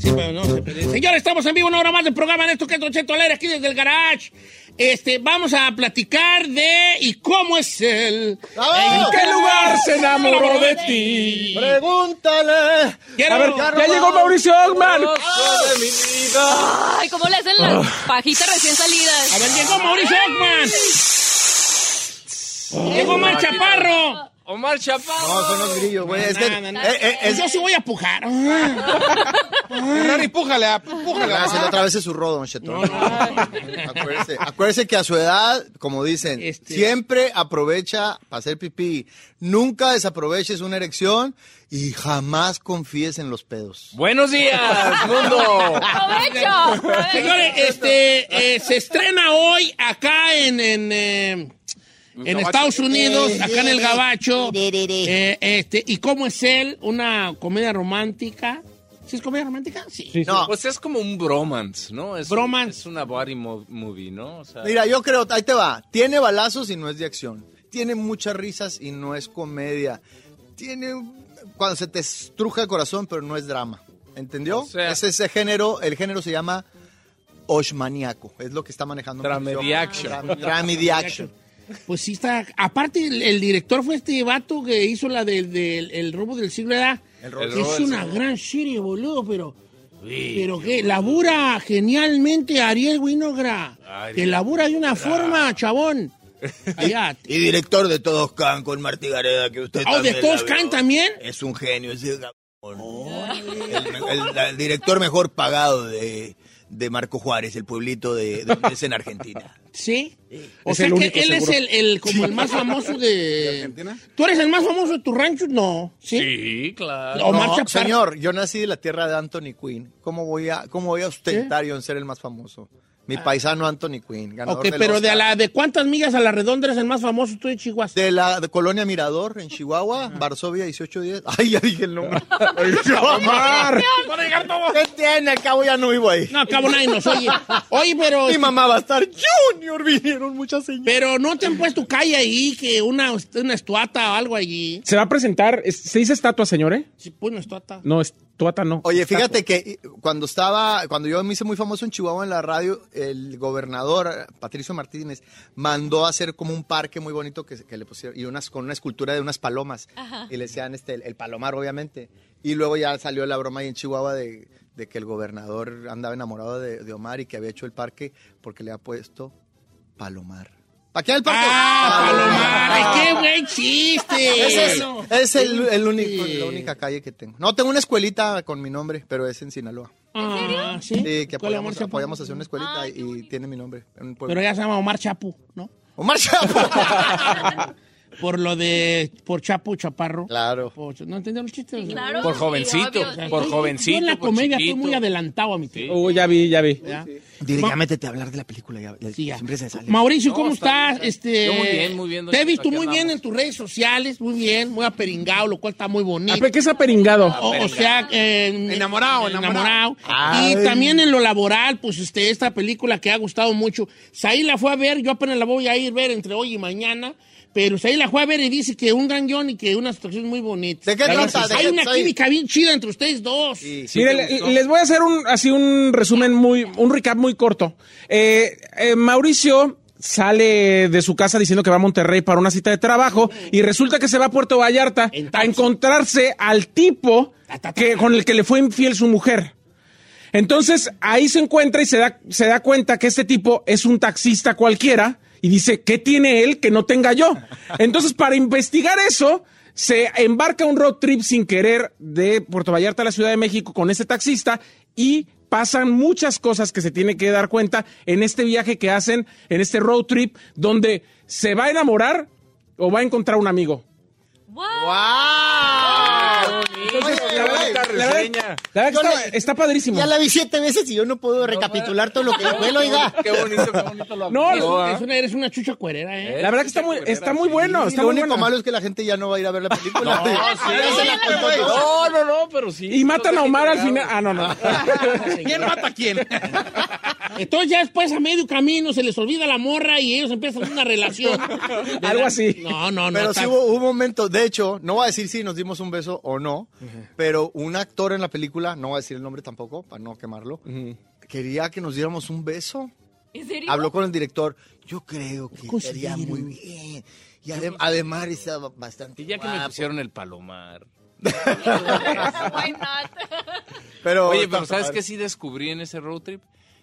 A: Señores, estamos en vivo una hora más del programa en esto que es Don Cheto al aire, aquí desde el garage. Este, vamos a platicar de y cómo es él.
D: ¿En qué lugar se enamoró de ti?
H: Pregúntale.
D: A ver, ya llegó Mauricio Ogman.
F: Ay, ¿cómo le hacen las
H: Oh.
F: pajitas recién salidas?
A: A ver, Pues llegó Mauricio Ockman. Llegó Omar Chaparro.
K: Omar Chaparro.
H: No, son los grillos, güey. Es que. eh, eh, es-
A: Yo sí voy a pujar.
C: Ferrari, pújale, ah, pújale.
H: Ah, se le otra vez se zurró, don Cheto. Acuérdese, acuérdese que a su edad, como dicen, siempre aprovecha para hacer pipí. Nunca desaproveches una erección y jamás confíes en los pedos.
K: Buenos días, mundo.
A: Señores, este, eh, se estrena hoy acá en, en, eh, en
K: Gabacho.
A: Estados Unidos, acá en el Gabacho. Eh, este, ¿Y cómo es él? Una comedia romántica. ¿Sí es comedia romántica? Sí.
K: No. Pues es como un bromance, ¿no? Es
A: Bromance.
K: es una body mo- movie, ¿no? O sea,
H: Mira, yo creo, ahí te va. Tiene balazos y no es de acción. Tiene muchas risas y no es comedia. Tiene cuando se te estruja el corazón, pero no es drama. ¿Entendió? es ese género, el género se llama Oshmaniaco. Es lo que está manejando.
K: Dramedy action.
H: Dram- Dramedy action.
A: Pues sí está. Aparte, el, el director fue este vato que hizo la del del- el robo del siglo edad.
H: El robo del
A: Es
H: siglo.
A: una gran serie, boludo, pero. Pero que labura genialmente Ariel Winogra.
H: Ariel
A: Que labura de una forma, chabón. Allá.
H: Y director de Todos Can con Martí Gareda, que usted
A: Oh, de
H: también
A: todos
H: la vio.
A: Can también. Oh.
H: Es un genio, ese cabrón. El, el- el director mejor pagado de, de Marco Juárez, el pueblito de, de donde es en Argentina.
A: Sí. O
H: Es
A: sea
H: el
A: que
H: único
A: él es
H: seguro.
A: el, el- como el más famoso de. ¿Tú eres el más famoso de tu rancho? No. Sí.
K: claro.
A: Omar
H: No,
A: Chaparro.
H: señor, yo nací de la tierra de Anthony Quinn. ¿Cómo voy a, cómo voy a ostentar yo en ser el más famoso? Mi paisano Anthony Quinn, ganador
A: Ah. Ok,
H: del
A: pero de,
H: Oscar.
A: la, ¿de cuántas millas a la redonda eres el más famoso tú de Chihuahua?
H: De la de Colonia Mirador, en Chihuahua,
A: Ah.
H: Varsovia 1810. Ay, ya dije el nombre. Ay, qué mamar. ¿Qué tiene? Al cabo ya no vivo ahí.
A: No, al cabo nadie nos oye. Oye, pero.
H: Mi mamá va a estar Junior, vinieron muchas señoras.
A: Pero no te han puesto calle ahí, que una, una estuata o algo allí.
D: Se va a presentar. es- ¿Se dice estatua, señor, eh?
A: Sí, pues una estuata.
D: No, estuata no.
H: Oye, fíjate que eh, cuando estaba, cuando yo me hice muy famoso en Chihuahua en la radio, el gobernador eh, Patricio Martínez mandó a hacer como un parque muy bonito que, se- que le pusieron y unas con una escultura de unas palomas
L: Ajá.
H: y le decían este el, el palomar obviamente y luego ya salió la broma ahí en Chihuahua de, de que el gobernador andaba enamorado de, de Omar y que había hecho el parque porque le ha puesto palomar. ¿Para qué el parque? Ah,
A: Ah, ¡Ay, qué buen chiste!
H: Ese Ah. es, Eh, es el, el único, la única calle que tengo. No, tengo una escuelita con mi nombre, pero es en Sinaloa.
A: ¿En serio?
H: Sí, que
A: ¿Cuál, Omar
H: apoyamos,
A: Chapo?
H: apoyamos hacer una escuelita y tiene mi nombre. en un pueblo.
A: Pero ya se llama Omar Chapu, ¿no?
H: ¡Omar Chapo!
A: Por lo de. Por Chapu Chaparro.
H: Claro.
A: ¿No entendieron el chiste?
K: claro, Por sí, jovencito, obvio. por
A: Yo-
K: jovencito,
A: Yo en la
K: por
A: comedia
K: chiquito.
A: estoy muy adelantado a mi tiempo.
D: Uy, ya vi, ya vi.
H: Dile, ya métete a hablar de la película. Ya, ya- Siempre se sale.
A: Mauricio,
K: No,
A: ¿cómo
K: está
A: estás?
K: bien, está
A: Este,
K: bien. Yo muy bien, muy bien, don
A: Te he
K: Cheto,
A: visto
K: aquí
A: muy bien
K: andamos.
A: en tus redes sociales, muy bien, muy aperingado, lo cual está muy bonito.
D: ¿Qué Ah, es aperingado?
A: O, o sea, eh, enamorado, enamorado.
D: Ay.
A: Y también en lo laboral, pues este, esta película que ha gustado mucho. Saí la fue a ver, yo apenas la voy a ir a ver entre hoy y mañana. Pero Saí la fue a ver y dice que un gran guión y que una situación muy bonita.
H: ¿De qué
A: La
H: trata?
A: verdad,
H: ¿De
A: Hay
H: qué-
A: una
H: Saí?
A: química bien chida entre ustedes dos.
D: Mire, le- les voy a hacer un, así un resumen muy, un recap muy corto. Eh, eh, Mauricio sale de su casa diciendo que va a Monterrey para una cita de trabajo y resulta que se va a Puerto Vallarta a encontrarse al tipo que, con el que le fue infiel su mujer. Entonces ahí se encuentra y se da, se da cuenta que este tipo es un taxista cualquiera y dice, ¿qué tiene él que no tenga yo? Entonces para investigar eso, se embarca un road trip sin querer de Puerto Vallarta a la Ciudad de México con ese este taxista y pasan muchas cosas que se tiene que dar cuenta en este viaje que hacen, en este road trip, donde se va a enamorar o va a encontrar un amigo. La verdad- la verdad que está, está padrísimo.
L: Ya la vi siete veces y yo no puedo recapitular todo lo que fue, oiga.
K: Qué bonito, qué bonito lo
D: No,
A: Es un-
H: ¿eh?
D: ¿ah?
A: es una- eres una chucha cuerera, ¿eh?
D: La verdad que está muy, está muy bueno. Está
H: lo
D: muy
H: único
D: bueno.
H: malo es que la gente ya no va a ir a ver la película.
K: No,
H: Ya se la contó todo.
K: no, no, no, pero sí.
D: Y matan a Omar al final. Ah, no, no.
A: ¿Quién mata a quién? Entonces ya después a medio camino se les olvida la morra y ellos empiezan una relación.
H: Algo así.
A: No, no, no.
H: Pero
A: está-
H: sí hubo hubo un momento, de hecho, no voy a decir si nos dimos un beso o no, pero un actor en la película, no voy a decir el nombre tampoco, para no quemarlo, quería que nos diéramos un beso.
F: ¿En serio?
H: Habló con el director, yo creo que estaría muy bien. Y adem- además estaba bastante
K: Y ya que me
H: guapo.
K: pusieron el palomar.
F: Why not?
H: Pero
K: Oye,
H: está
K: pero ¿sabes
H: padre.
K: qué sí descubrí en ese road trip?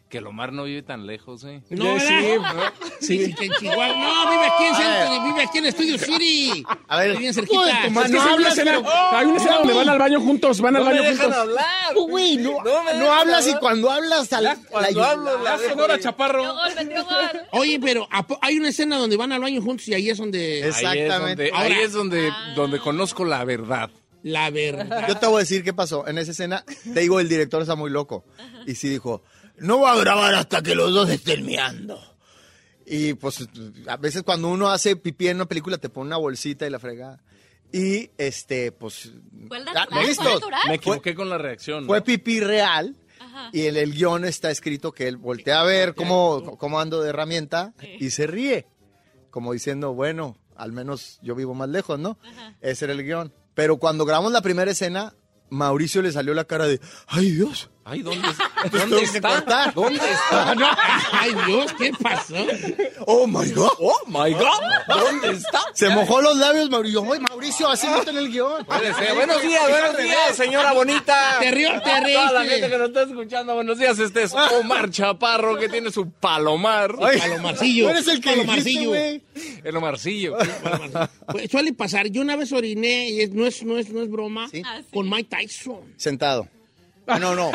K: Que el Omar no vive tan lejos, ¿eh?
A: No, ¿verdad?
K: Sí.
A: Sí, que en Chihuahua. No, vive aquí en, Centro- vive aquí en Studio City.
H: A
A: ver, bien cerquita.
D: Es que sí hay, una escena, hay una escena donde van al baño juntos, van al baño juntos.
K: hablar.
L: Güey, no,
K: me
L: no
K: dejan
L: hablas y
K: hablar.
L: cuando hablas... al-
K: Cuando
D: Ah,
K: hablo, la sonora chaparro.
B: Oh,
A: Oye, pero ¿a po- hay una escena donde van al baño juntos y ahí es donde...
K: Exactamente. Ahí
A: Ahora,
K: es donde, donde conozco la verdad.
A: la verdad.
H: Yo te voy a decir qué pasó. En esa escena, te digo, el director está muy loco. Y sí dijo, no voy a grabar hasta que los dos estén meando. Y pues a veces cuando uno hace pipí en una película te pone una bolsita y la fregada. Y este, pues...
F: ¿Cuál
H: ya,
F: natural? ¿Cuál
H: listos.
F: natural?
K: Me equivoqué con la reacción. ¿no?
H: Fue pipí real. Y en el guión está escrito que él voltea a ver cómo, cómo ando de herramienta y se ríe. Como diciendo, bueno, al menos yo vivo más lejos, ¿no? Ese era el guión. Pero cuando grabamos la primera escena, Mauricio le salió la cara de, ay Dios.
K: Ay, ¿dónde,
H: ¿Dónde está?
K: ¿Dónde está?
A: Ay, Dios, ¿qué pasó?
H: Oh my God.
K: Oh my God. ¿Dónde está?
H: Se mojó los labios, Mauricio. Ay, Mauricio, así no está en el guión.
K: Puede ser. Buenos días, buenos días, señora bonita.
A: Te río, te
K: Toda la
A: reíste.
K: gente que nos está escuchando, buenos días. Este es Omar Chaparro, que tiene su palomar.
A: Ay. Palomarcillo.
H: Tú eres el que dijiste,
A: Palomarcillo.
H: güey.
K: El Omarcillo.
A: Pues, suele pasar. Yo una vez oriné, y es- no, es, no, es, no es broma, con Mike Tyson.
H: Sentado. Ah, no, no.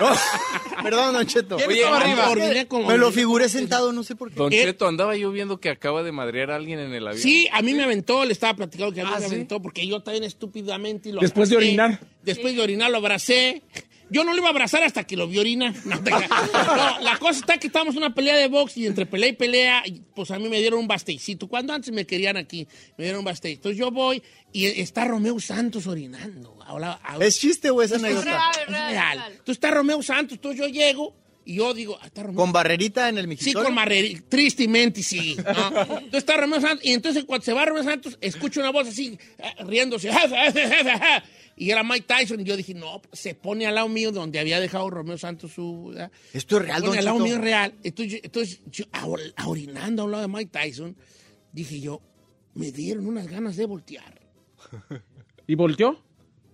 H: No. Perdón, Don Cheto.
K: ¿Quién estaba arriba?
A: Oriné con-
H: Me lo figuré sentado, no sé por qué.
K: Don
A: Eh.
K: Cheto, andaba yo viendo que acaba de madrear a alguien en el avión.
A: Sí, a mí me aventó, le estaba platicando que a mí
K: Ah,
A: me
K: ¿sí?
A: aventó, porque yo también estúpidamente y lo
D: Después de
A: abracé.
D: orinar.
A: Después de orinar lo abracé. Yo no lo iba a abrazar hasta que lo vi orinar. No, te- no, la cosa está que estábamos en una pelea de box y entre pelea y pelea, y, pues a mí me dieron un bastecito. Cuando antes me querían aquí, me dieron un bastecito. Entonces yo voy y está Romeo Santos orinando. Ahora- ahora-
H: ¿Es chiste o es anécdota?
A: Es real. Entonces está Romeo Santos, entonces yo llego y yo digo, ah, está Romeo
H: Con barrerita en el
A: Sí,
H: mexicano.
A: con Marreri, tristemente sí. ¿no? Entonces está Romeo Santos, y entonces cuando se va Romeo Santos, escucho una voz así, eh, riéndose, y era Mike Tyson, y yo dije, no, se pone al lado mío donde había dejado Romeo Santos su... ¿verdad?
H: Esto es real,
A: Se pone
H: Don
A: al lado
H: Cheto.
A: mío real. Entonces, yo- entonces yo, a or- a orinando a un lado de Mike Tyson, dije yo, me dieron unas ganas de voltear.
D: ¿Y volteó?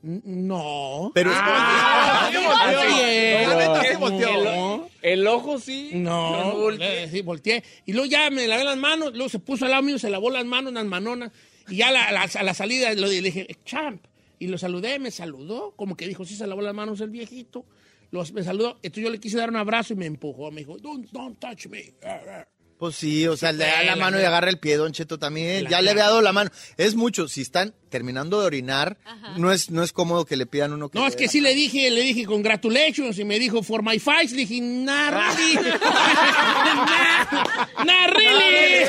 A: N- No.
H: Pero
A: También.
K: La neta sí
A: No.
K: volteó. El ojo sí. Yo
A: No,
K: volteé.
A: eh, sí, volteé. Y luego ya me lavé las manos, luego se puso al lado mío, se lavó las manos, unas manonas. Y ya la- la- a la salida lo- le dije, champ. Y lo saludé, me saludó, como que dijo, sí, se lavó las manos el viejito. Los, me saludó. Entonces yo le quise dar un abrazo y me empujó. Me dijo, don't, don't touch me.
H: Pues sí, o sea, le da la
A: Pela,
H: mano y
A: mira.
H: agarra el pie, Don Cheto también.
A: La
H: ya le
A: cara.
H: había dado la mano. Es mucho. Si están terminando de orinar, no es, no es cómodo que le pidan uno que.
A: No,
H: le
A: es
H: dé
A: que
H: la
A: sí le dije, le dije, congratulations. Y me dijo, for my fights. Le dije, nah, really. nah, nah, really.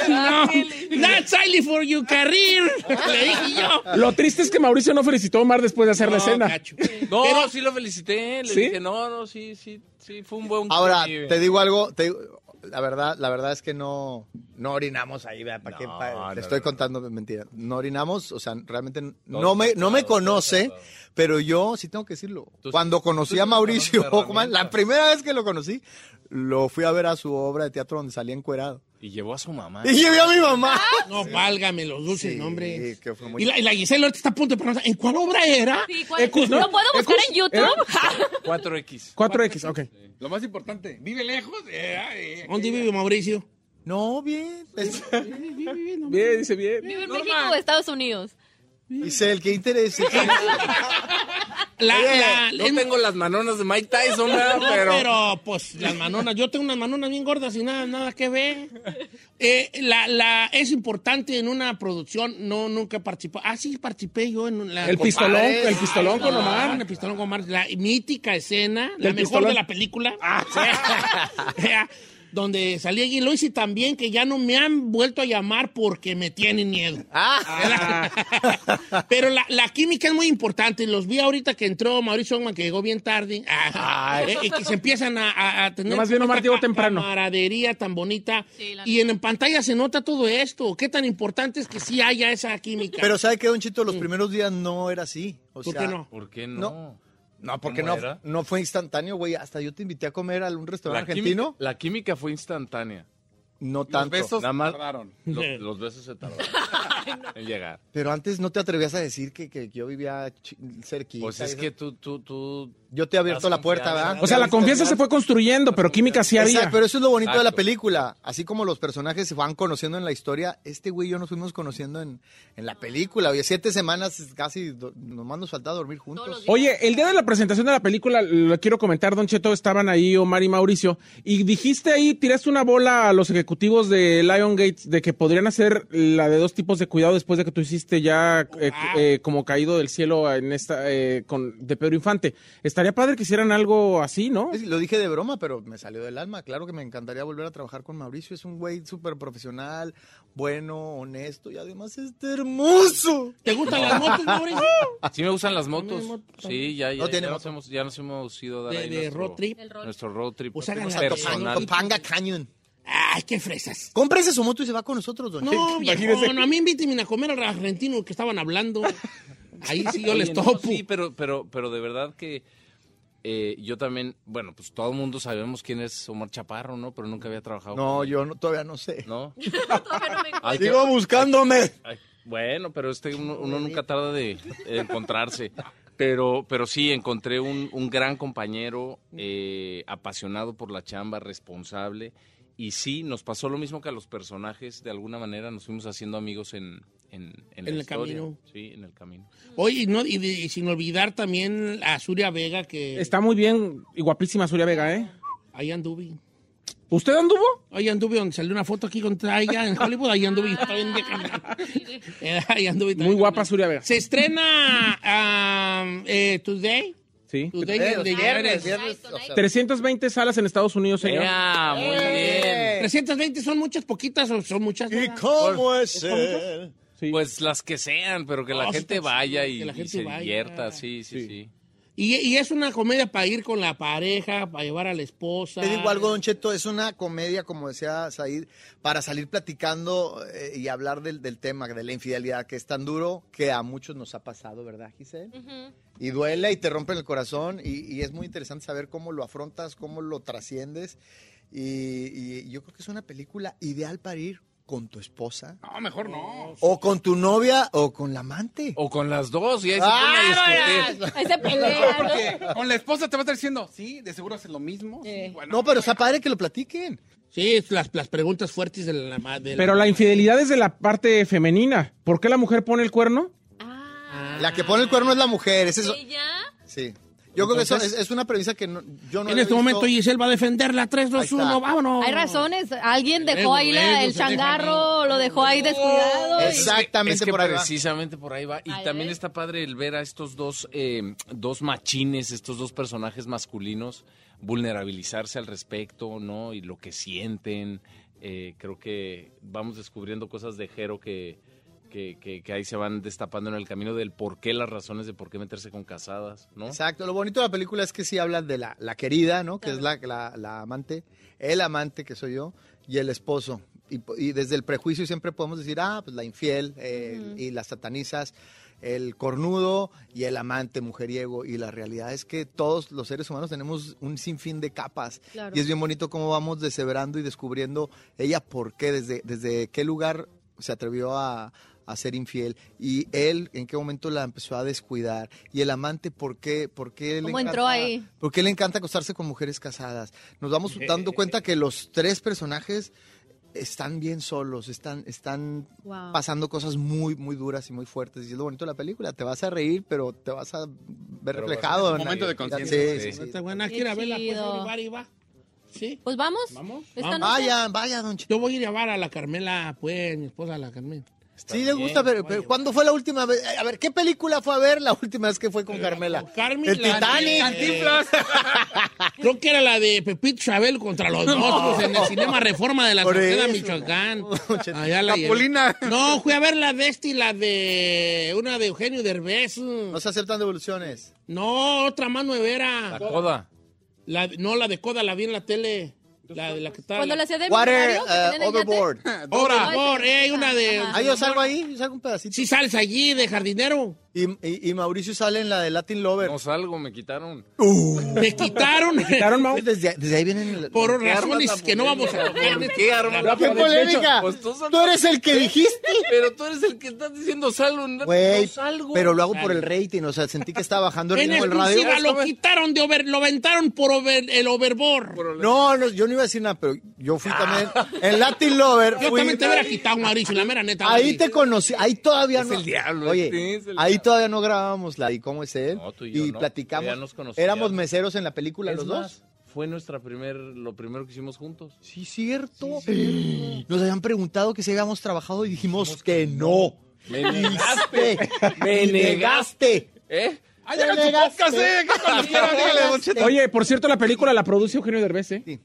A: No, that's only for your career. le dije yo.
D: Lo triste es que Mauricio no felicitó a Omar después de hacer la
A: No,
D: escena.
A: cacho.
K: No,
A: Pero-
K: sí lo felicité. Le
D: ¿Sí?
K: dije, no, no, sí, sí, sí, fue un buen
H: Ahora,
K: trip.
H: te digo algo, te digo- la verdad, la verdad es que no, no orinamos ahí, ¿verdad? ¿Para qué? Pa-
K: no,
H: te estoy
K: no,
H: contando mentiras. No orinamos, o sea, realmente no, me, no me conoce, pero yo sí tengo que decirlo. Cuando conocí a Mauricio Hockman, la primera vez que lo conocí, lo fui a ver a su obra de teatro donde salía encuerado.
K: Y llevó a su mamá.
H: Y llevé a mi mamá.
A: No, válgame los dulces nombres.
H: Sí, que fue muy-
A: Y la, y la Gisela ahorita está a punto de preguntar, ¿en cuál obra era?
F: Sí, ¿cuál-
D: Ecus, ¿no?
F: ¿Lo puedo buscar
D: Ecus,
F: en YouTube?
A: ¿Eh?
K: 4X.
D: 4X, ok.
C: Lo más importante, vive lejos. eh, eh,
A: ¿Dónde vive Mauricio?
H: No, bien. pues, Es-
D: Bien, Eh, dice bien.
F: ¿Vive en México o Estados Unidos?
H: Giselle, qué interés.
A: La-
K: Oye,
A: la-
K: no
A: es-
K: tengo las manonas de Mike Tyson, ¿verdad?
A: No,
K: pero...
A: pero, pues las manonas, yo tengo unas manonas bien gordas y nada, nada que ver. Eh, la, la, es importante en una producción, no nunca participó. Ah, sí, participé yo en la.
D: El
A: compadre.
D: pistolón, el pistolón
A: Ay,
D: con
A: no,
D: Omar.
A: El pistolón con Omar, la mítica escena, la
D: Del
A: mejor
D: pistolón.
A: de la película. O sea, Donde salí allí, lo hice también, que ya no me han vuelto a llamar porque me tienen miedo.
D: Ah.
A: Pero la, la química es muy importante. Los vi ahorita que entró Mauricio Ogman, que llegó bien tarde. Ah, eh, y que se empiezan a, a- a tener.
D: Nomás vino Omar, llegó
A: esta ca-
D: temprano.
A: Camaradería tan bonita. y en, en pantalla se nota todo esto. Qué tan importante es que sí haya esa química.
H: Pero ¿sabe qué, Don Chito? Los primeros días no era así. O
A: ¿Por
H: sea,
A: qué no?
K: ¿Por qué
H: No. No, porque
K: ¿Cómo
H: no,
K: era?
H: no fue instantáneo, güey. Hasta yo te invité a comer a un
K: La
H: restaurante
K: química,
H: argentino.
K: la química fue instantánea.
H: No tanto.
K: besos Nada más- tardaron. Lo- Los, besos se tardaron en llegar.
H: Pero antes no te atrevías a decir que, que yo vivía chi- cerquita.
K: Pues es
H: y-
K: que tú, tú, tú...
H: Yo te he abierto
K: Has
H: la puerta,
K: confiado,
H: ¿verdad?
D: O sea, la
H: Te he
D: confianza
H: abierto
D: se fue construyendo, pero química sí había.
H: Exacto, pero eso es lo bonito de la
D: Exacto.
H: película. Así como los personajes se van conociendo en la historia, este güey y yo nos fuimos conociendo en, en la película. Oye, siete semanas casi do- nomás nos faltaba dormir juntos.
D: Oye, el día de la presentación de la película, lo quiero comentar, Don Cheto, estaban ahí Omar y Mauricio, y dijiste ahí, tiraste una bola a los ejecutivos de Lion Gates de que podrían hacer la de dos tipos de cuidado después de que tú hiciste ya eh,
H: Ah.
D: eh, como caído del cielo en esta eh, con, de Pedro Infante. Estaría padre que hicieran algo así, ¿no?
H: Es- Lo dije de broma, pero me salió del alma. Claro que me encantaría volver a trabajar con Mauricio. Es un güey súper profesional, bueno, honesto y además es hermoso.
A: ¿Te gustan las motos, Mauricio?
K: Sí me usan las motos.
H: moto
K: Sí, ya, ya,
H: No tiene
K: ya, nos
H: moto.
K: hemos, ya nos hemos ido a dar
H: De-
K: ahí
H: de
K: nuestro,
H: road trip. El road-
K: Nuestro road trip
H: Pues háganla
K: personal.
H: Topanga, Topanga Canyon.
A: Ay, qué fresas.
H: Cómprese su moto y se va con nosotros, don Cheto.
A: No, viejo, no, a mí invíteme a comer al argentino que estaban hablando. Ahí sí yo
K: Oye,
A: les
K: no,
A: topo.
K: sí, pero, pero, pero de verdad que eh, yo también, bueno, pues todo el mundo sabemos quién es Omar Chaparro, ¿no? Pero nunca había trabajado.
H: No, yo no- todavía no sé.
K: No.
H: Ay, Sigo buscándome.
K: Ay, bueno, pero este uno, uno nunca tarda de de encontrarse. Pero, pero sí, encontré un, un gran compañero, eh, apasionado por la chamba, responsable. Y sí, nos pasó lo mismo que a los personajes. De alguna manera nos fuimos haciendo amigos en, en, en la
A: En el
K: historia.
A: camino.
K: Sí, en el camino.
A: Oye, y, no, y, de- y sin olvidar también a Zuria Vega, que
D: Está muy bien y guapísima Zulia Vega, ¿eh?
A: ahí anduve.
D: ¿Usted anduvo?
A: Ahí anduve donde salió una foto aquí con ella en Hollywood. Ahí anduve. también de
B: Ah,
A: cam- Eh, ahí anduve también.
D: Muy guapa Zulia Vega.
A: Se estrena am, eh, Today.
D: Sí.
A: Today
D: Eh,
A: de- de-
H: viernes,
A: de-
H: viernes, o sea,
D: 320 salas en Estados Unidos, ¿eh? señor.
K: Ea, muy
A: Eh.
K: bien.
A: 320 son muchas poquitas o son muchas. ¿Y
H: cómo es
K: él? Pues las que sean, pero que la
A: No, sí
K: gente
A: está
K: vaya
A: chido,
K: y,
A: que la
K: y
A: gente
K: se
A: vaya.
K: divierta, sí, sí, sí.
A: Y, y es una comedia para ir con la pareja, para llevar a la esposa.
H: Te digo algo, Don Cheto, es una comedia, como decía Said, para salir platicando eh, y hablar del, del tema, de la infidelidad, que es tan duro que a muchos nos ha pasado, ¿verdad, Giselle? Y duele y te rompe el corazón y, y es muy interesante saber cómo lo afrontas, cómo lo trasciendes. Y, y yo creo que es una película ideal para ir con tu esposa.
A: No, mejor no.
H: O con tu novia o con la amante.
K: O con las dos, y ahí
H: se
A: Ah,
F: Ahí se pelea, ¿no?
C: Con la esposa te vas a estar diciendo, sí, de seguro haces lo mismo.
A: Eh.
C: Sí, bueno.
H: No, pero está padre que lo platiquen.
A: Sí, es las, las preguntas fuertes de la madre.
D: Pero la infidelidad es de la parte femenina. ¿Por qué la mujer pone el cuerno?
H: La que pone el cuerno es la mujer. ese es-
F: ¿Ella?
H: Sí. Yo creo que eso es,
A: Entonces-
H: es una premisa que no- yo no
A: En
H: la he
A: este
H: visto.
A: momento Giselle va a defenderla. 3, 2,
H: está.
A: 1, vámonos.
B: Hay razones. Alguien dejó
A: Luego,
B: ahí la-
A: luego
B: el
A: se dejan
B: changarro, lo dejó ahí descuidado. y-
H: Exactamente
K: Es que
H: por ahí va.
K: precisamente por ahí va. Y también está padre el ver a estos dos, eh, dos machines, estos dos personajes masculinos vulnerabilizarse al respecto, ¿no? Y lo que sienten. Eh, creo que vamos descubriendo cosas de Jero que, que, que- que ahí se van destapando en el camino del por qué, las razones de por qué meterse con casadas, ¿no?
H: Exacto, lo bonito de la película es que sí hablan de la, la querida, ¿no? Que es la, la- la amante, el amante que soy yo y el esposo. Y, po- y desde el prejuicio siempre podemos decir, ah, pues la infiel eh, y las satanizas, el cornudo y el amante mujeriego. Y la realidad es que todos los seres humanos tenemos un sinfín de capas.
M: Claro.
H: Y es bien bonito cómo vamos deshebrando y descubriendo ella por qué, desde, desde qué lugar se atrevió a, a ser infiel y él en qué momento la empezó a descuidar y el amante por qué, por qué le
B: ¿Cómo entró
H: encanta-
B: ahí?
H: por qué le encanta acostarse con mujeres casadas. Nos vamos
C: Eh,
H: dando cuenta que los tres personajes están bien solos, están, están
B: Wow.
H: pasando cosas muy, muy duras y muy fuertes. Y es lo bonito de la película. Te vas a reír, pero te vas a ver reflejado. en la
C: momento de
H: vida.
C: conciencia.
H: Sí, sí, sí.
A: Está buena,
B: Qué
A: quiero verla. pues,
B: chido.
A: Everybody va. ¿Sí?
B: Pues vamos.
A: Vamos.
B: Esta noche.
H: Vayan, vayan, don
A: Yo voy a ir a llevar a la Carmela, pues, mi esposa, la Carmela.
H: Sí, le gusta, pero, pero ¿cuándo fue la última vez? A ver, ¿qué película fue a ver la última vez que fue con Carmela?
A: Carmen,
H: El
A: la-
H: Titanic.
A: Cantinflas. Creo que era la de Pepito Chabel contra los monstruos en el Cinema Reforma de la
H: Por
A: Sociedad
H: eso.
A: Michoacán. Allá la
H: Capulina.
A: llevé. No, fui a ver la de este y la de una de Eugenio Derbez.
H: No se aceptan devoluciones.
A: No, otra mano de vera.
K: La coda.
A: La- no, la de Coda la vi en la tele. La, la que estaba.
B: Cuando la hacía de
H: Water
B: Mario, que
H: eh,
B: tienen el yate.
H: Overboard.
A: Ahora,
B: Ay,
A: amor,
B: qué
A: eh, hay una de.
B: Ajá.
H: Ah, yo salgo ahí, yo salgo un pedacito.
A: Sí, sales allí de jardinero.
H: Y, y- y Mauricio sale en la de Latin Lover.
K: No salgo, me quitaron.
A: Te quitaron.
D: quitaron, Mau?
H: Pues Desde, desde ahí vienen... el-
A: Por
H: ¿Qué armas
A: razones
H: tan
A: que no vamos a tocar. este
K: ¿Qué arma?
A: La-
H: ¡Qué polémica!
K: Pues tú sal-
H: Tú ¿Eh? eres el que dijiste.
K: Pero tú eres el que estás diciendo salgo. no-
H: Güey,
K: no salgo.
H: pero lo hago por el rating, o sea, sentí que estaba bajando el
A: En
H: ritmo del radio.
A: exclusiva lo quitaron de over, lo aventaron por over- el overboard.
H: No, no, yo no iba a decir nada, pero yo fui también en Latin Lover.
A: Yo
H: fui-
A: también te hubiera quitado, Mauricio, la mera neta.
H: Ahí
A: Mauricio.
H: te conocí, ahí todavía
K: Es
H: no.
K: el diablo, este
H: Oye,
K: es el
H: ahí todavía no grabábamos la y cómo es él.
K: No, tú y
H: y
K: yo no, ya
H: platicamos.
K: nos conocíamos.
H: Éramos meseros en la película
K: Es
H: los
K: más,
H: dos.
K: Fue nuestra primer, lo primero que hicimos juntos.
H: Sí, cierto. Nos habían preguntado que si habíamos trabajado y dijimos que no.
K: Me
H: Dijiste,
K: Me
H: y negaste.
K: ¿Eh?
H: Te negaste.
D: Oye, por cierto, la película la produce Eugenio Derbez, ¿eh?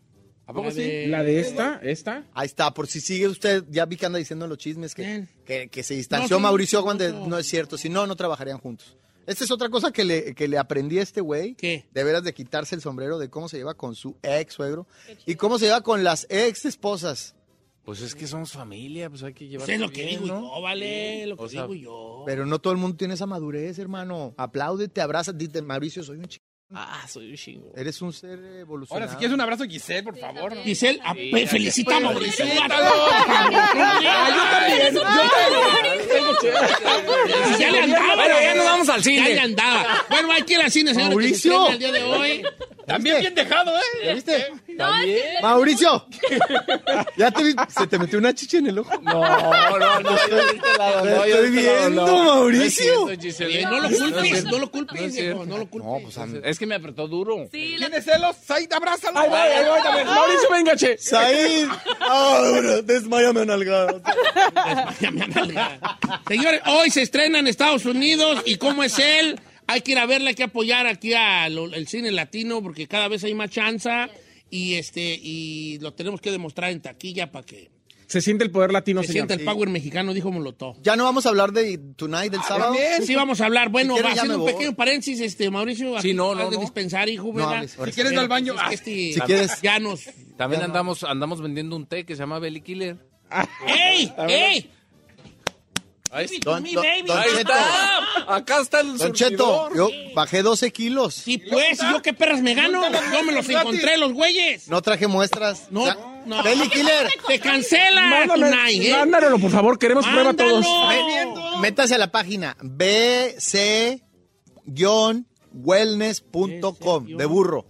H: ¿A poco
A: La de-
H: sí?
D: La de esta, esta.
H: Ahí está, por si sigue usted, ya vi que anda diciendo en los chismes que,
A: Bien.
H: que, que se distanció
A: No, sí,
H: Mauricio
A: no,
H: Juan de-
A: no.
H: no es cierto, si no, no trabajarían juntos. Esta es otra cosa que le, que le aprendí a este güey,
A: ¿Qué?
H: de veras de quitarse el sombrero de cómo se lleva con su ex suegro y cómo se lleva con las ex esposas.
K: Pues es que somos familia, pues hay que llevar.
A: Pues es lo que digo yo, vale, lo que
K: O sea,
A: digo yo.
H: Pero no todo el mundo tiene esa madurez, hermano. Apláudete, abraza, dite, Mauricio, soy un chico.
K: Ah, soy un chingo.
H: Eres un ser evolucionado.
C: Ahora, si quieres un abrazo, Giselle, por favor.
A: Giselle, a-
K: Sí,
A: pe-
K: ya
A: felicita a Mauricio.
C: yo
A: Si ya le andaba.
K: Bueno, ya nos vamos al
A: Ya
K: cine.
A: le andaba. Bueno, hay que ir al cine, señor.
H: Mauricio.
A: El día de hoy.
C: También bien dejado, ¿eh?
H: ¿Ya viste?
B: No, es que-
H: Mauricio, ya te vi- se te metió una chicha en el ojo.
K: No, no, no.
H: Te estoy viendo, Mauricio.
A: Oye, Eh, no lo culpes, no lo culpes, viejo, no lo
H: No,
A: culpes.
H: pues a mí-
K: Es que me apretó duro.
B: Sí, la-
C: ¿Tiene celos? Said, abrázalo.
D: Ahí voy, ahí voy también. Mauricio, venga, che.
H: Said, ahora desmayame a nalgadas.
A: Ya me amarga. Señores, hoy se estrena en Estados Unidos y cómo es él. Hay que ir a verla, hay que apoyar aquí al cine latino porque cada vez hay más chanza y este y lo tenemos que demostrar en taquilla para que
D: Se siente el poder latino,
A: se
D: señor.
A: sienta el power mexicano, dijo Molotov. Pues
H: Ya no vamos a hablar de Tonight
A: Ah,
H: del sábado.
A: Sí, vamos a hablar. Bueno,
H: Eh, Si quieres,
A: va
H: ya
A: haciendo
H: me
A: un
H: voy.
A: pequeño paréntesis, este, Mauricio.
K: Sí,
A: aquí
K: no,
A: has
K: no,
A: de
K: no.
A: dispensar, hijo,
H: No
A: ¿verdad?
H: hables. Si
C: quieres ir al baño,
A: Pues es que este-
H: Si quieres-
A: Ya nos...
K: También
A: Ya no.
K: andamos, andamos vendiendo un té que se llama Belly Killer.
A: Ah. ¡Ey! ¡Ey!
K: Ahí
A: Give it
K: está.
A: to
H: Don-
A: me,
H: don-
A: baby.
H: don
K: Ahí está. Acá está el
H: Don Cheto,
K: surtidor.
H: yo bajé 12 kilos.
A: Sí, pues, ¿y yo qué perras me gano. Yo me los encontré, los güeyes.
H: No traje muestras.
A: No,
H: Ya-
A: no.
H: Belly Killer,
A: Te cancela, Tunay,
D: Mándame,
A: ¿eh?
D: mándalo, por favor, queremos prueba a
A: Mándalo.
D: todos.
H: métase a la página bc-wellness.com de burro.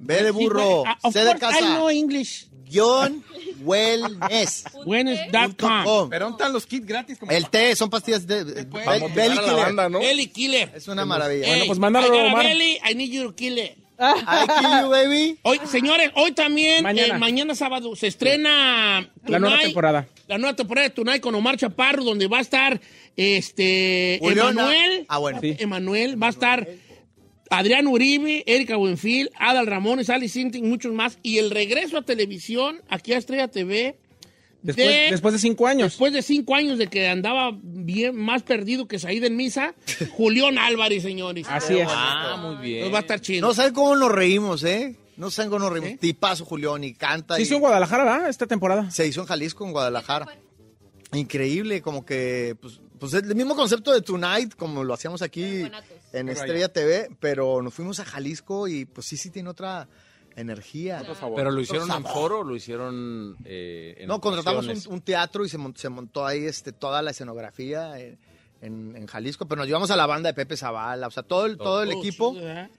H: B de burro,
A: Ah, of
H: C de
A: course, I
H: casa,
A: know English.
H: guión wellness.
A: Wellness.com.
H: com.
C: Pero ¿dónde están los kits gratis? Como
H: El té son pastillas de de-
C: Para
H: Be-
C: motivar
H: Belly
C: a la
H: Killer.
C: banda, ¿no?
A: Eli Killer.
H: Es una maravilla.
A: Ey,
D: Este, pues mándalo,
A: I got a
D: Omar.
A: belly, I need your killer.
H: I kill you, baby.
A: Hoy, señores, hoy también, eh, mañana,
D: Mañana.
A: sábado, se estrena
D: La nueva
A: Tonight,
D: temporada.
A: La nueva temporada de Tonight con Omar Chaparro, donde va a estar este
H: Uriona.
A: Emanuel.
H: Ah, bueno.
D: Sí.
A: Emanuel, va a estar Adrián Uribe, Erika Buenfil, Adal Ramones, Ali Sinti, muchos más. Y el regreso a televisión, aquí a Estrella TV,
D: Después,
A: de-
D: después de cinco años.
A: después de cinco años de que andaba bien más perdido que Saíd en misa, Julián Álvarez, señores.
D: Así es.
K: Ah, muy bien.
A: Nos va a estar chido.
H: No saben cómo nos reímos, ¿eh? No saben cómo nos reímos. Tipazo Julián y canta.
D: Se
H: y
D: hizo en Guadalajara, ¿verdad? Esta temporada.
H: se hizo en Jalisco, en Guadalajara. Increíble, como que, pues, pues es el mismo concepto de Tonight, como lo hacíamos aquí en Estrella TV, pero nos fuimos a Jalisco y pues sí, sí tiene otra energía.
K: Pero lo hicieron en foro, lo hicieron eh, en
H: No, contratamos
K: ocasiones?
H: un, un teatro y se, mon- se montó ahí este, toda la escenografía en, en- en Jalisco, pero nos llevamos a la banda de Pepe Zavala, o sea, todo el, todo el
A: Oh,
H: equipo,
A: chido, ¿verdad?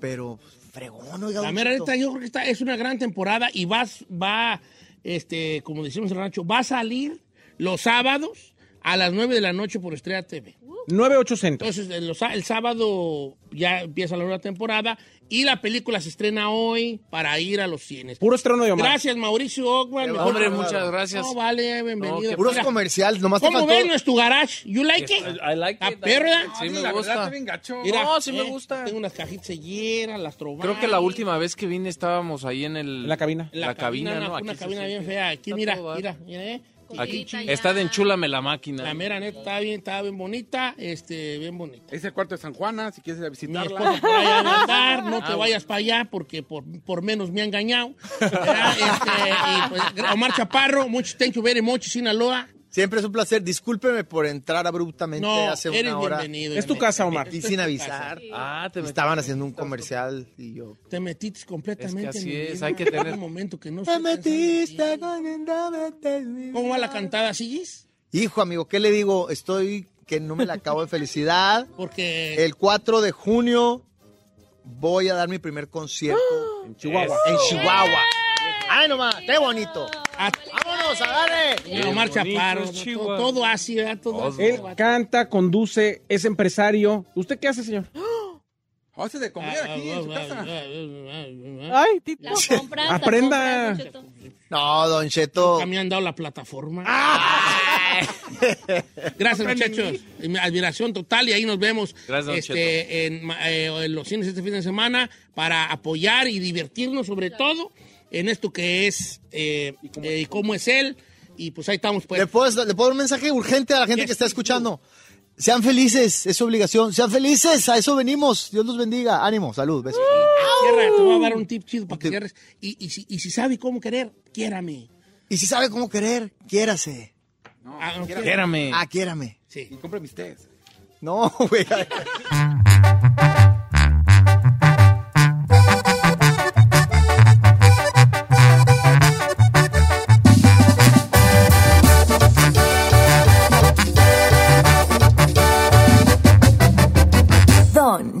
H: pero pues, fregón, oiga.
A: La
H: don
A: mera
H: Cheto.
A: neta, yo creo que esta es una gran temporada y vas, va, este, como decimos en el rancho, va a salir los sábados a las 9 de la noche por Estrella TV.
D: 9800.
A: Entonces, el, los- el sábado ya empieza la nueva temporada y la película se estrena hoy para ir a los cines.
D: Puro estreno de Omar.
A: Gracias, Mauricio Ogman. Mejor
K: Hombre,
A: programa.
K: muchas gracias.
A: No, vale, bienvenido.
H: Puros
A: Mira,
H: comerciales, nomás te
A: ¿Cómo
H: faltó-
A: ves nuestro garage? ¿You like it?
K: I like
A: ¿La
K: it.
A: perra?
K: Sí, me
A: La verdad,
K: gusta.
A: está bien gacho.
K: no, sí me
A: eh,
K: gusta.
A: Tengo unas cajitas llenas, las trovamos.
K: Creo que la última vez que vine estábamos ahí en el... La cabina. La, cabina,
A: una,
K: ¿no?
A: una
K: Aquí se
A: cabina
K: siente.
A: bien fea. Aquí, mira, mira, mira, eh.
K: Aquí.
A: Aquí,
K: Está de enchúlame la máquina.
A: La mera neta está bien, está bien bonita, este, bien bonita.
C: Es el cuarto de San Juana, si quieres ir
A: Mi
C: a visitarla.
A: esposa por allá va a andar, no
C: Ah,
A: te
C: bueno.
A: vayas para allá porque por, por menos me ha engañado. ¿verdad? Este, y pues, Omar Chaparro, much, thank you very much, Sinaloa.
H: Siempre es un placer. Discúlpeme por entrar abruptamente
A: No,
H: hace
A: eres
H: una hora.
A: bienvenido, Es tu bienvenido.
D: casa, Omar.
H: Y sin avisar.
K: Ah, te
H: Estaban haciendo un comercial y yo. "Pues,
A: Te metiste completamente
H: Es que
A: en
H: así
A: mi
H: es,
A: vida.
H: hay que tener-
A: Un momento que no
H: Te
A: estoy pensando en
H: metiste
A: ti. ¿Cómo va la cantada? ¿Sigues?
H: Hijo, amigo, ¿qué le digo? Estoy que no me la acabo de felicidad.
A: Porque
H: El 4 de junio voy a dar mi primer concierto. En
A: Chihuahua.
H: En Chihuahua. ¡Ay, nomás! ¡Qué bonito! ¡Vámonos, agarre!
A: Mira, Omar Chaparro, todo, todo así, ¿verdad? Todo así.
D: Él canta, conduce, es empresario. ¿Usted qué hace, señor?
C: Hace de comer aquí en su casa.
D: Ay,
A: Tito.
D: Aprenda.
H: No, Don Cheto.
A: Me han dado la plataforma.
H: Ah.
A: Gracias,
H: Aprende
A: muchachos. Mi Admiración total y ahí nos vemos
K: Gracias, don
A: este, en, ma- eh, en los cines este fin de semana para apoyar y divertirnos sobre todo en esto que es eh, eh, y cómo, es él. Y pues ahí estamos. Pues.
H: ¿Le puedo, ¿Le puedo dar un mensaje urgente a la gente que está escuchando? Sean felices, es su obligación. Sean felices, a eso venimos. Dios los bendiga. Ánimo, salud, besos.
A: Cierra, te voy a dar un tip chido para que cierres. Y, y si, y si sabe cómo querer, quiérame.
H: Y si sabe cómo querer, quiérase.
A: Ah, no,
K: Quiérame.
H: Ah, quiérame.
A: Sí.
C: Y compre mis tés.
H: No, güey.
I: Don